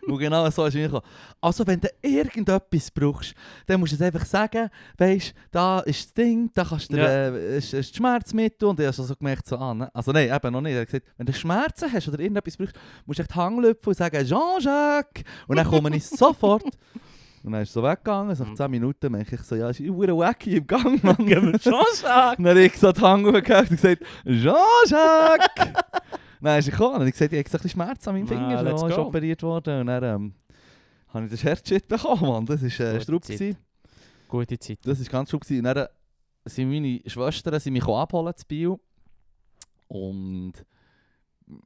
Und genau so ist es mir gekommen. Also wenn du irgendetwas brauchst, dann musst du es einfach sagen, weisst, da ist das Ding, da kannst du dir, Ja. äh, ist, ist das Schmerzmittel und ich habe so gemerkt, so, ah, ne? also nein, eben noch nicht. Er hat gesagt, wenn du Schmerzen hast oder irgendetwas brauchst, musst du echt Hanglöpfen und sagen, Jean-Jacques, und dann komme ich sofort. Und dann ist es so weggegangen, so nach 10 Minuten merke ich so, ja, ist uhr wacky im Gang, Mann. Chance Und dann habe ich so die Hand hochgehört und gesagt, Jean-Jacques! dann ist er gekommen und ich gesagt, ich habe so ein bisschen Schmerz an meinem Ah, Finger, let's so, ist go. operiert worden. Und dann ähm, habe ich das Herzschritt bekommen, Mann. Das war äh, Gute Strupp. Zeit. gewesen. Gute Zeit. Das war ganz Strupp. gewesen. Und dann sind meine Schwestern sind mich abholen zu Bio. Und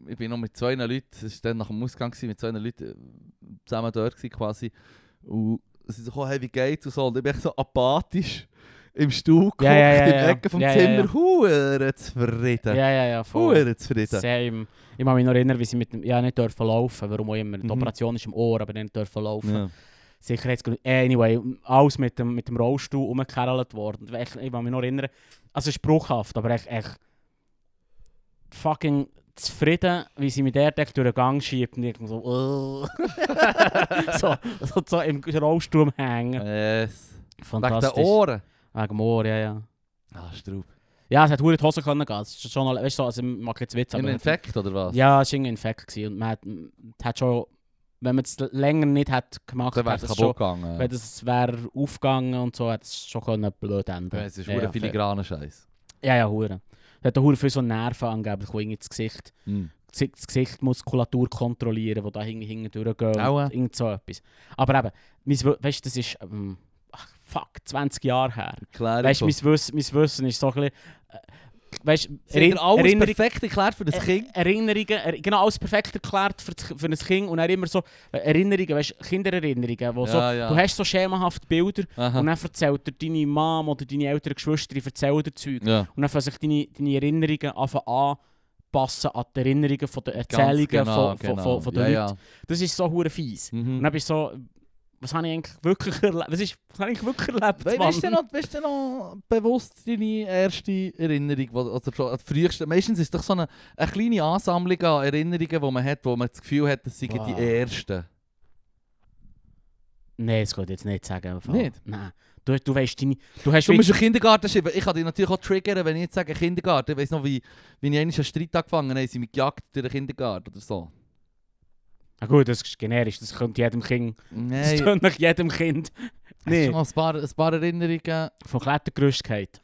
ich bin noch mit zwei Leuten, es war dann nach dem Ausgang, gewesen, mit zwei Leuten äh, zusammen dort gewesen, quasi. Und sie so, oh, hey, wie geht's und so. Und ich bin echt so apathisch im Stuhl Ja, ja, gehockt, ja, ja. im Ecken vom Ja, ja, Zimmer. ja. Huere zufrieden. Ja, ja, ja. Voll. Huere zufrieden. Same. Ich kann mich noch erinnern, wie sie mit dem, ja, nicht dürfen laufen Warum auch immer. Die Mhm. Operation ist im Ohr, aber nicht dürfen laufen. Ja. Sicherheitsgründe. Anyway, alles mit dem, mit dem Rollstuhl umgekerlt worden. Und Ich, ich kann mich noch erinnern, also es ist bruchhaft, aber echt, echt fucking zufrieden, wie sie mit der Deck durch den Gang schiebt und irgendwie so, oh. so, so, so im Rollstuhl hängen. Yes. Wegen Fantastisch. den Ohren. Wegen dem Ohr, ja, ja. Ah, Straub. Ja, es hat verdammt in die Hose können gehen. Es ist schon noch, weißt du, so, also, ich mache jetzt Witz, Ein aber... Infekt oder was? Ja, es war irgendein Infekt gewesen und man hat, man hat schon, wenn man es länger nicht hat gemacht, Dann wäre hat es es schon kaputt gegangen. Weil das wäre aufgegangen und so, hätte es schon können blöd enden Ja, Es ist ja, hure ja, fair. filigraner Scheiß. Ja, ja, hure. Es hat auch hure viel so Nerven angeblich, die irgendwie das Gesicht, Hmm. die Gesichtsmuskulatur kontrollieren, die da hinten hinten durchgehen. Aua. und Irgend so etwas. Aber eben, mein, Wi- weißt du, das ist, ähm, ach, fuck, 20 Jahre her. Klar. Weißt du, mein, Wiss, mein Wissen ist so ein bisschen, äh, weißt du, Sind Erin- alles Erinnerung- perfekt erklärt für das Ä- Kind? Erinnerungen, er, genau, alles perfekt erklärt für, das Ki- für ein Kind und dann immer so äh, Erinnerungen, weißt du, Kindererinnerungen, wo so, Ja, ja. du hast so schemenhaft Bilder Aha. Und dann erzählt dir deine Mom oder deine älteren Geschwister erzählen dir Zeug. Ja. Und dann fangen sich deine, deine Erinnerungen anfangen anpassen an die Erinnerungen von den Erzählungen von, von, von, von den Leuten. nou, ja, Das ist so hure fies. Ja. Und Mhm. dann bist du so, was habe ich eigentlich wirklich erlebt? Was, ist, was habe ich wirklich erlebt? We- Mann? Weißt du noch, weißt du noch bewusst deine erste Erinnerung, wo- also schon die früheste, meistens ist doch so eine, eine eh, kleine Ansammlung an Erinnerungen, die man hat, wo man das Gefühl hat, das seien die Wow. ersten. Nein, das kann ich jetzt nicht sagen. im Fall. Nicht? Nein. Du, du weißt deine... Du hast Du wie- musst einen Kindergarten schreiben. Ich kann dich natürlich auch triggern, wenn ich jetzt sage Kindergarten. Ich weiss noch, wie, wie ich einmal einen Streit angefangen habe, haben sie mich gejagt durch den Kindergarten oder so. Ah gut, das ist generisch. Das kommt jedem Kind. Das Nein, tönt nach jedem Kind. hast du schon Nein. mal ein paar, ein paar Erinnerungen? Von Klettergerüst gehabt.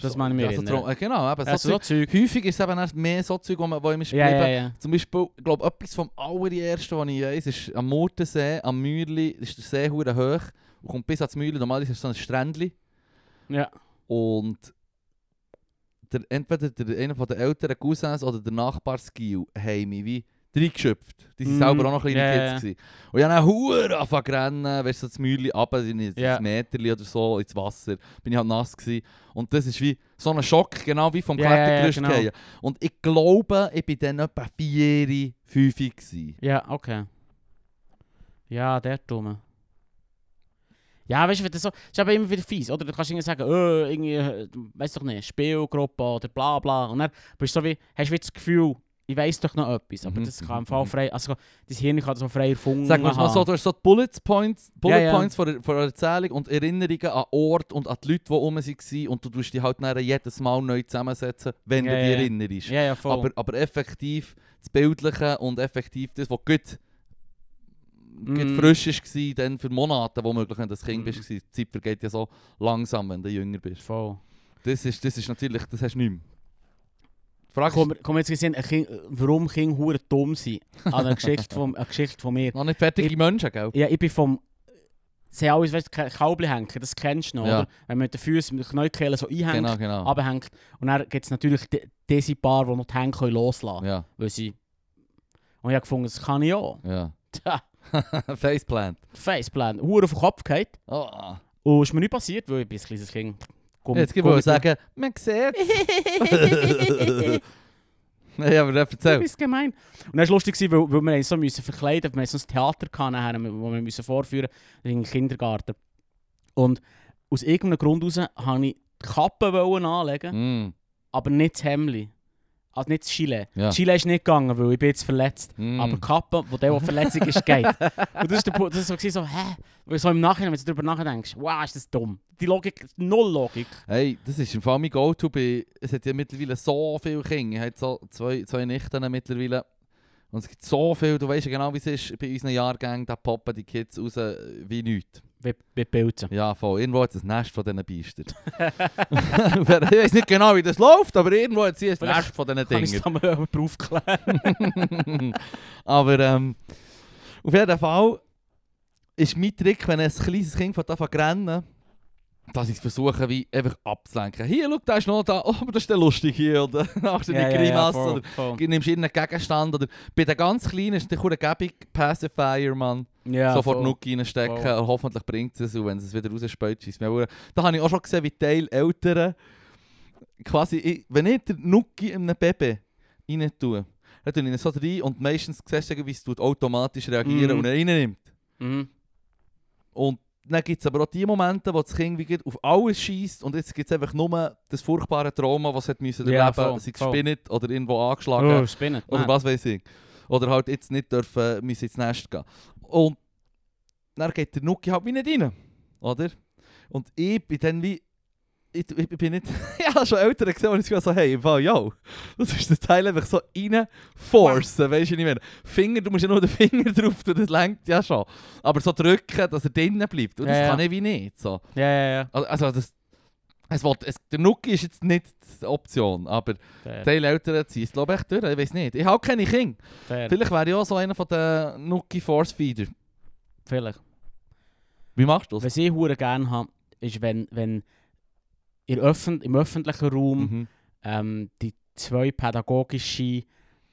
Das meine ich mir also, erinnern. drum- äh, Genau, eben. Also so so Zeug. Zeug, häufig ist es eben erst mehr so Zeug, wo, man, wo ich mich Ja, bleiben- ja, ja. Zum Beispiel, ich glaube, etwas vom allerersten, was ich weiss, ist am Murtensee, am Mühlli, ist der See hure hoch und kommt bis ans Mühlli. Normalerweise ist es so ein Strändli. Ja. Und der, entweder der, einer von den älteren Cousins oder der Nachbar Skill haben mich wie reingeschöpft. Die waren Mhm. selber auch noch kleine Ja, ja, ja. Kids. Gewesen. Und ich habe dann hure angefangen zu rennen, weißt du, so das Mühlli runter, in ein Ja. yeah. Meterli oder so, ins Wasser. Bin ich halt nass gewesen. Und das ist wie so ein Schock, genau wie vom Ja, ja, ja, Klettergerüst genau. fallen. Und ich glaube, ich war dann etwa 4, 5 gewesen. Ja, okay. Ja, der Dumme. Ja, weißt du, wenn das so. Das ist aber immer wieder fies, oder? Du kannst irgendwie sagen, oh, irgendwie, äh, weiss doch nicht, Spielgruppe oder bla bla. Und dann bist du so wie, hast du wie das Gefühl, ich weiss doch noch etwas. Aber Mhm, das kann im mhm, Fall mhm. frei. Also, dein Hirn kann das so frei erfunden. Sag mal mal so, haben. du hast so die Bullet Points, Bullet Ja, ja. Points von, der, von der Erzählung und Erinnerungen an Ort und an die Leute, die rum waren und du tust die halt dann jedes Mal neu zusammensetzen, wenn Ja, du ja, dich ja. erinnerst. Ja, ja, voll. aber, aber effektiv das Bildliche und effektiv das, was gut, gut Mhm. frisch war, dann für Monate, womöglich, wenn du ein Kind Mhm. bist, die Zeit vergeht ja so langsam, wenn du jünger bist. voll. Das ist, das ist natürlich, das hast du nicht mehr. Die Frage Komm, ist wir- komm jetzt gesehen, ein kind, warum Kinder hure dumm sind. An einer Geschichte von, einer Geschichte von mir. noch nicht fertige Ich- Menschen, gell? Ja, ich bin vom. Sie haben alles, weißt du, Kabel hängen, das kennst du noch, Ja. oder? Wenn man mit den Füßen, mit den Knäueln so einhängt, Genau, genau. abhängt. Und dann gibt es natürlich de- diese Paar, die noch die Hände können loslassen können. Ja, Weil sie... Und ich habe gefunden, das kann ich auch. ja. Tja, Faceplant. Faceplan. Hure auf den Kopf gehabt. Oh. Und ist mir nicht passiert, weil ich bin ein kleines Kind. Komm, Jetzt gibt komm es mit- sagen, man sieht Nein, aber dann Du erzähl. bist gemein. Und dann war es lustig, gewesen, weil, weil wir uns so müssen verkleiden mussten. Wir mussten so ein Theater, gehabt nachher, wo wir müssen vorführen mussten, in den Kindergarten. Und aus irgendeinem Grund heraus wollte ich die Kappe wollen anlegen, Mm, aber nicht das Hemd. Also nicht das Chile. Ja. Chile ist nicht gegangen, weil ich bin jetzt verletzt. mm. Aber Kappe, wo der, der Verletzung ist, geht. Und das ist der Punkt, das ist so, gewesen, so, hä? Weil so im Nachhinein, wenn du darüber nachdenkst, wow, ist das dumm. Die Logik, null Logik. Hey, das ist im Fall mein Go-To. bei- Es hat ja mittlerweile so viele Kinder. Ich habe so zwei, zwei Nichten mittlerweile. Und es gibt so viel, du weißt ja genau, wie es ist. Bei unseren Jahrgängen, da poppen die Kids raus äh, wie nichts. Wie, wie Pilze. Ja, voll. Irgendwo hat es ein Nest von diesen Biestern. ich weiß nicht genau, wie das läuft, aber irgendwo hat sie ein Vielleicht Nest von diesen Kann ich Dingen. es da mal jemandem aufklären? Aber ähm, auf jeden Fall ist mein Trick, wenn ein kleines Kind von anfängt zu rennen, dass ich es versuche, wie einfach abzulenken. Hier, schau, da ist noch da, oh, aber das ist der lustig hier. Oder machst du eine Grimasse voll, oder voll. nimmst irgendeinen Gegenstand. Oder bei den ganz Kleinen ist der eine Gebung Pacifier, Mann. Ja, Sofort voll. Nuki reinstecken Voll. und hoffentlich bringt es es. Und wenn es es wieder rausspült, schießt mir Hure. Da habe ich auch schon gesehen, wie Teil Eltern quasi, ich, wenn ich den Nuki in einem Baby rein tue, dann tue ich ihn so rein und meistens siehst du, wie es tut, automatisch reagieren Mhm. und er reinnimmt. Mhm. Und dann gibt es aber auch die Momente, wo das Kind wieder auf alles schießt und jetzt gibt es einfach nur das furchtbare Trauma, das es hat müssen Ja, erleben musste, voll, sei es voll. gespinnt oder irgendwo angeschlagen. Oh, Spinnen. Oder Nein. was weiß ich. Oder halt jetzt nicht dürfen, müssen ins Nest gehen. Und dann geht der Nuki halt wie nicht rein. Oder? Und ich bin dann wie. Ich, ich bin nicht. ich habe schon Eltern gesehen, und ich so, hey, im Fall, yo, das ist das Teil einfach so rein forcen. Weißt du nicht mehr? Finger, du musst ja nur den Finger drauf tun, das lenkt ja schon. Aber so drücken, dass er drinnen bleibt. Und das Ja, ja. kann ich wie nicht. So. Ja, ja, ja. Also, also das. Es will, es, der Nuki ist jetzt nicht die Option, aber Fair, Teile Eltern ziehen es, glaube ich, echt durch. Ich weiß nicht. Ich habe keine Kinder. fair. Vielleicht wäre ich auch so einer von den Nuki Force Feeder. Vielleicht. Wie machst du das? Was ich hure gerne habe, ist, wenn, wenn in Öffn im öffentlichen Raum Mhm. ähm, die zwei pädagogische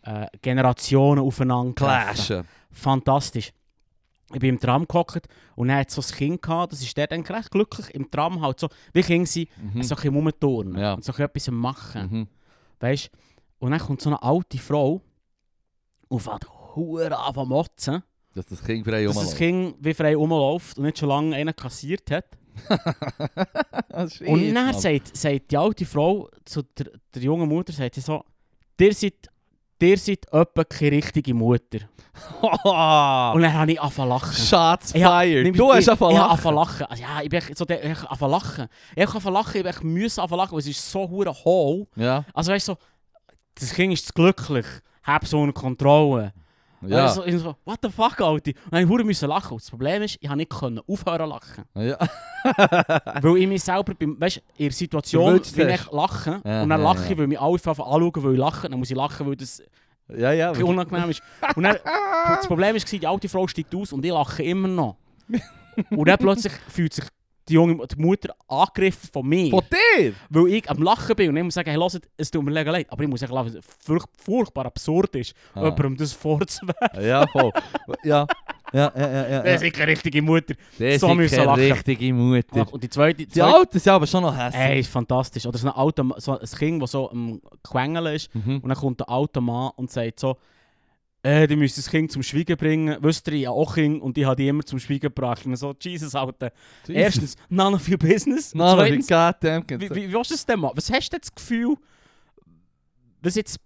äh, Generationen aufeinander treffen. Clashen. Fantastisch. Ich bin im Tram gehockt und er hat so ein Kind gehabt, das ist der dann recht glücklich im Tram halt so, wie Kinder sind, Mhm. so ein bisschen rumturnen Ja. und so ein bisschen etwas am machen. Mhm. Weißt Und dann kommt so eine alte Frau und fängt hure an zu motzen. Dass das Kind frei dass das Kind wie frei rumläuft und nicht schon lange einen kassiert hat. das Und dann sagt, sagt die alte Frau zu der, der jungen Mutter, sagt sie so, ihr seid, ihr seid etwa keine richtige Mutter. Oh, Und dann habe ich angefangen zu lachen. Shots Ich hab- fired. Nämlich, du hast ich- einfach Ich habe angefangen lachen. zu lachen. Also, ja, ich bin echt so der, ich habe angefangen zu lachen. Ich habe angefangen zu lachen, ich bin echt müssen angefangen zu lachen, dus weil es ist so hure hohl. Ja. dus Also weißt du, so, das Kind ist zu glücklich, hab's unter Kontrolle. Ja. Ja, Also, ich so, what the fuck, Alter? Und dann musste ich müssen lachen. Und das Problem ist, ich konnte nicht können aufhören zu lachen. ja. Weil ich mich selber, beim, weißt, in der Äh. Du Situation, willst wenn zuerst. ich lache, Ja, und dann ja, lache ja. ich, weil mich alle anfangen anschauen, weil ich lache, dann muss ich lachen, weil das Ja, ja. ein bisschen unangenehm ist. Und dann, das Problem war, die alte Frau steigt aus und ich lache immer noch. Und dann plötzlich fühlt sich die junge die Mutter angegriffen von mir. Von dir? Weil ich am Lachen bin und ich muss sagen, hey, hört, es tut mir mega leid. Aber ich muss sagen, lachen, dass es furch furchtbar absurd ist, Ah. jemandem das vorzuwerfen. Ja, voll. Ja, ja, ja, ja. ja, Das ja. ist keine richtige Mutter. Das so ist müssen keine lachen. richtige Mutter. Und die zweite... Die Alte ist aber schon noch hässlich. Ey, ist fantastisch. Oder so ein, alter, Ma- so ein Kind, das so am Quengeln ist Mhm. und dann kommt ein alter Mann und sagt so «Äh, die müssen das Kind zum Schweigen bringen. Wisst ihr, ich habe auch Kinder und ich habe die immer zum Schweigen gebracht.» Und dann so «Jesus, Alter, erstens, none of your business.» Und Nein, aber ich zweitens, goddamn wie, wie, wie willst du das denn machen? Was hast du denn das Gefühl, was jetzt,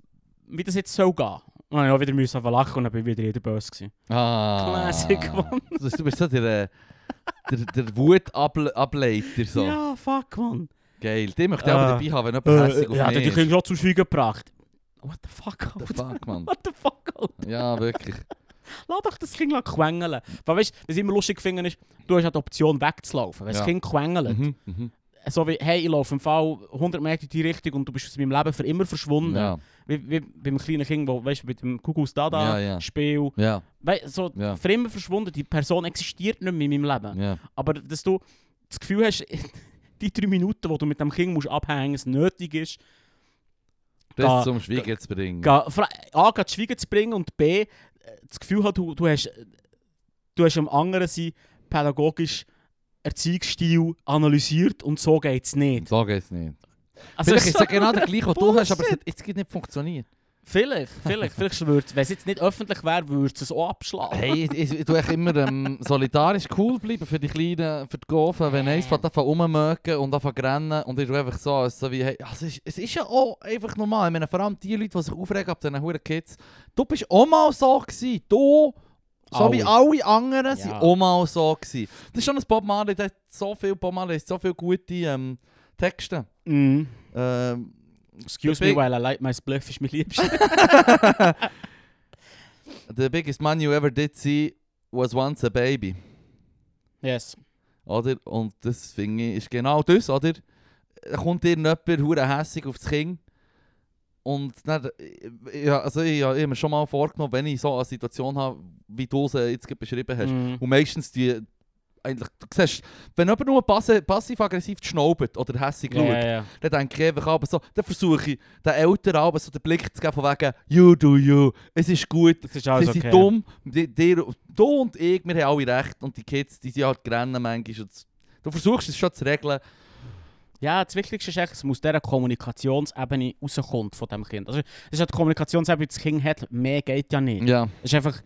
wie das jetzt soll gehen? Und dann habe ich wieder müssen anfangen zu lachen und dann bin ich wieder jeder böse gewesen. Ah. Dus Classic, Mann. Du bist- Du bist so der, äh, der, der Wutableiter. So. Ja, fuck, man. Geil. Die möchte ich aber Äh, dabei haben, wenn jemand hässlich Äh, auf ja, die mich Kinder ist. schon zum Schweigen gebracht. What the fuck, The Alter? fuck, Mann. What the fuck, Alter? Ja, wirklich. Lass doch das Kind quengeln. Weil weißt was ich immer lustig finde, ist, du hast ja die Option wegzulaufen. Wenn das Ja. Kind quengelt, Mhm, mhm. so wie, hey, ich laufe im Fall 100 Meter in die Richtung und du bist aus meinem Leben für immer verschwunden. Ja, Wie, wie beim kleinen Kind, wo, weißt, mit dem Kuckucks Dada Ja, ja. Spiel. ja, Wei- so Ja. für immer verschwunden, die Person existiert nicht mehr in meinem Leben. ja. Aber dass du das Gefühl hast, die drei Minuten, die du mit dem Kind musst abhängen musst, nötig ist, Das Da- zum Schweigen zu bringen. Ga- fra- A, gerade Schweigen zu bringen und B, äh, das Gefühl hat, du, du hast, äh, du hast am anderen sein pädagogisch Erziehungsstil analysiert und so geht es nicht. So geht's nicht. Also, Vielleicht ist es genau der gleiche, was du hast, aber es Bullshit. hat jetzt nicht funktioniert. vielleicht, vielleicht, vielleicht würde wenn es jetzt nicht öffentlich wäre, würde es auch abschlagen. Hey, ich, ich, ich tue echt immer ähm, solidarisch cool bleiben für die Kleinen, für die Gofen, wenn eins fährt davon rummögen und davon rennen und ich tue einfach so, es ist so wie, hey, also es, ist, es ist ja auch einfach normal, ich meine, vor allem die Leute, die sich aufregen ab diesen huren Kids, du bist auch mal so gewesen, du, so Alle. wie alle anderen, sind Ja. auch mal so gewesen. Das ist schon ein Bob Marley, der hat so viel, Bob Marley hat so viele gute ähm, Texte. Mm. Ähm, Excuse Der me, Big- while I light my spliff ist mein Liebster. the biggest man you ever did see was once a baby. yes. Oder? Und das finde ich, ist genau das, oder? Da kommt irgendjemand hure hässig auf das Kind. Und dann, ja, also ich, ja, ich habe mir schon mal vorgenommen, wenn ich so eine Situation habe, wie du sie jetzt gerade beschrieben hast. Mm. Und meistens die, eigentlich, du siehst, wenn jemand nur passi- passiv-aggressiv schnaubert oder hässig Ja, schaut, ja, ja. dann denke ich einfach aber so, dann versuche ich den Eltern aber so den Blick zu geben von wegen «You do you, es ist gut, Das ist alles sie sind okay. dumm, die, die, du und ich, wir haben alle recht und die Kids, die sind halt rennen manchmal. Und das- du versuchst es schon zu regeln. Ja, das Wichtigste ist echt, dass man aus dieser Kommunikationsebene rauskommt von dem Kind. Also, es ist ja die Kommunikationsebene, die das Kind hat, mehr geht ja nicht. Ja. Es ist einfach,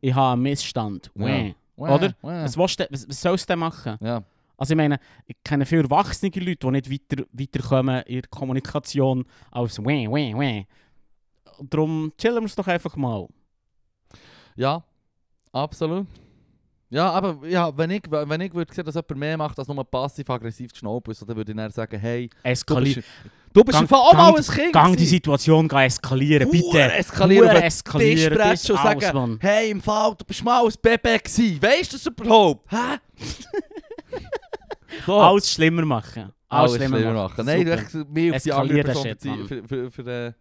ich habe einen Missstand. Wäh. Oder? Ja. Was, willst du, was, was sollst du denn machen? ja. Also ich meine, ich kenne viele erwachsene Leute, die nicht weiter, weiterkommen in der Kommunikation als «weh, weh, weh». Darum chillen wir es doch einfach mal. Ja, absolut. Ja, aber ja, wenn ich, wenn ich würde sehen, dass jemand mehr macht als nur passiv-aggressiv zu schnauben, so, dann würde ich dann sagen, hey, du Eskalieren. bist, du bist Gang- im Fall auch mal ein Gang- Kind Gang die gewesen. Situation gehen eskalieren, bitte. Hure eskalieren, Hure auf den Tisch eskalieren, das pressen und alles, sagen, Mann. Hey, im Fall, du bist mal ein Baby gewesen. Weißt du das überhaupt? Hä? so, Alles schlimmer machen. Alles, schlimmer, machen. Nein, Super. du hast mich auf die Eskaliert andere der Person Shit, beziehen- Mann. für, für, für, äh,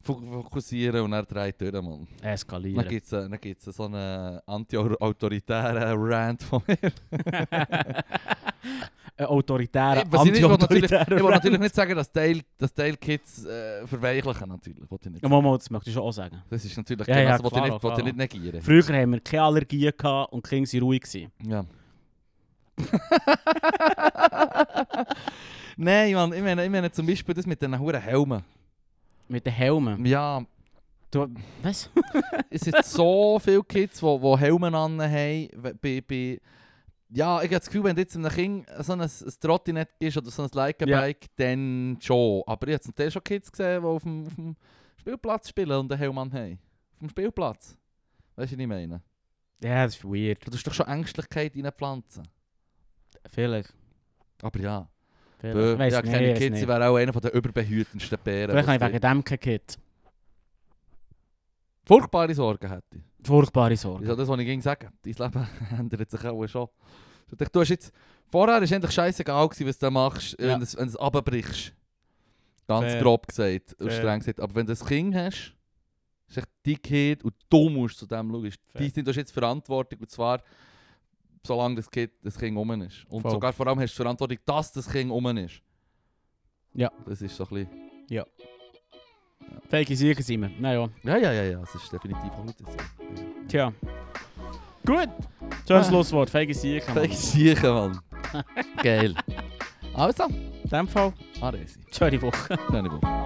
fok- fokussieren und er dreht durch, Mann. Eskalieren. Dann gibt es dann gibt's so einen anti-autoritären eh, Rant von mir. Ein autoritärer, Eh, Was ich nicht- ich will natürlich- anti-autoritärer. Ich will natürlich nicht sagen, dass Teil, dass Teil Kids äh, verweichlichen, natürlich. Will ich nicht. Ja, Moment, das möchtest du schon auch sagen. Das ist natürlich Ja, genau ja, so, will ich klar, nicht, will ich klar. nicht negieren. Früher haben wir keine Allergien gehabt und die Kinder waren ruhig. Gewesen. Ja. Nein, Mann, ich meine, ich meine zum Beispiel das mit den hohen Helmen. Mit den Helmen. Ja, Du, was? es sind so viele Kids, die wo, wo Helmen an haben. Bei, bei, ja, ich habe das Gefühl, wenn du jetzt einem Kind so ein, ein Trottinett ist oder so ein Leica-Bike, dann schon. Aber ich habe zum Teil schon Kids gesehen, die auf dem, auf dem Spielplatz spielen und einen Helm an haben. Auf dem Spielplatz. Weißt du, was ich meine? Ja, das ist weird. Du tust doch schon Ängstlichkeit reinpflanzen. Vielleicht. Aber ja. Vielleicht. Bö, Ich weiss ja, nicht, keine ich weiss Kids, nicht. sie wäre auch einer der überbehütendsten Bären. Vielleicht habe ich was wegen dem kein Kind. furchtbare Sorgen hätte. Furchtbare Das Sorge. ist auch das, was ich gegen sage. Dein Leben ändert sich auch schon. Ich dachte, Du hast jetzt, vorher war eigentlich scheißegal, gewesen, was du machst, Ja. wenn du es- wenn du es runterbrichst. Ganz Fair. grob gesagt und Fair. streng gesagt. Aber wenn du ein Kind hast, ist echt dein Kind und du musst zu dem schauen. Ist Fair. Dein Kind, du hast jetzt Verantwortung und zwar solange das Kind, das kind rum ist. Und Voll. sogar vor allem hast du die Verantwortung, dass das Kind rum ist. Ja. Das ist so ein bisschen... Fake Sieger sind wir. Naja, Ja, ja, ja, ja, das ist definitiv auch nicht das. tja. Gut. Schönes Ah. Schlusswort. Fake Sieger. Mann. Fake Siechen, Mann. Geil. Also, In dem Fall, Aresi. schöne Woche. Schöne Woche.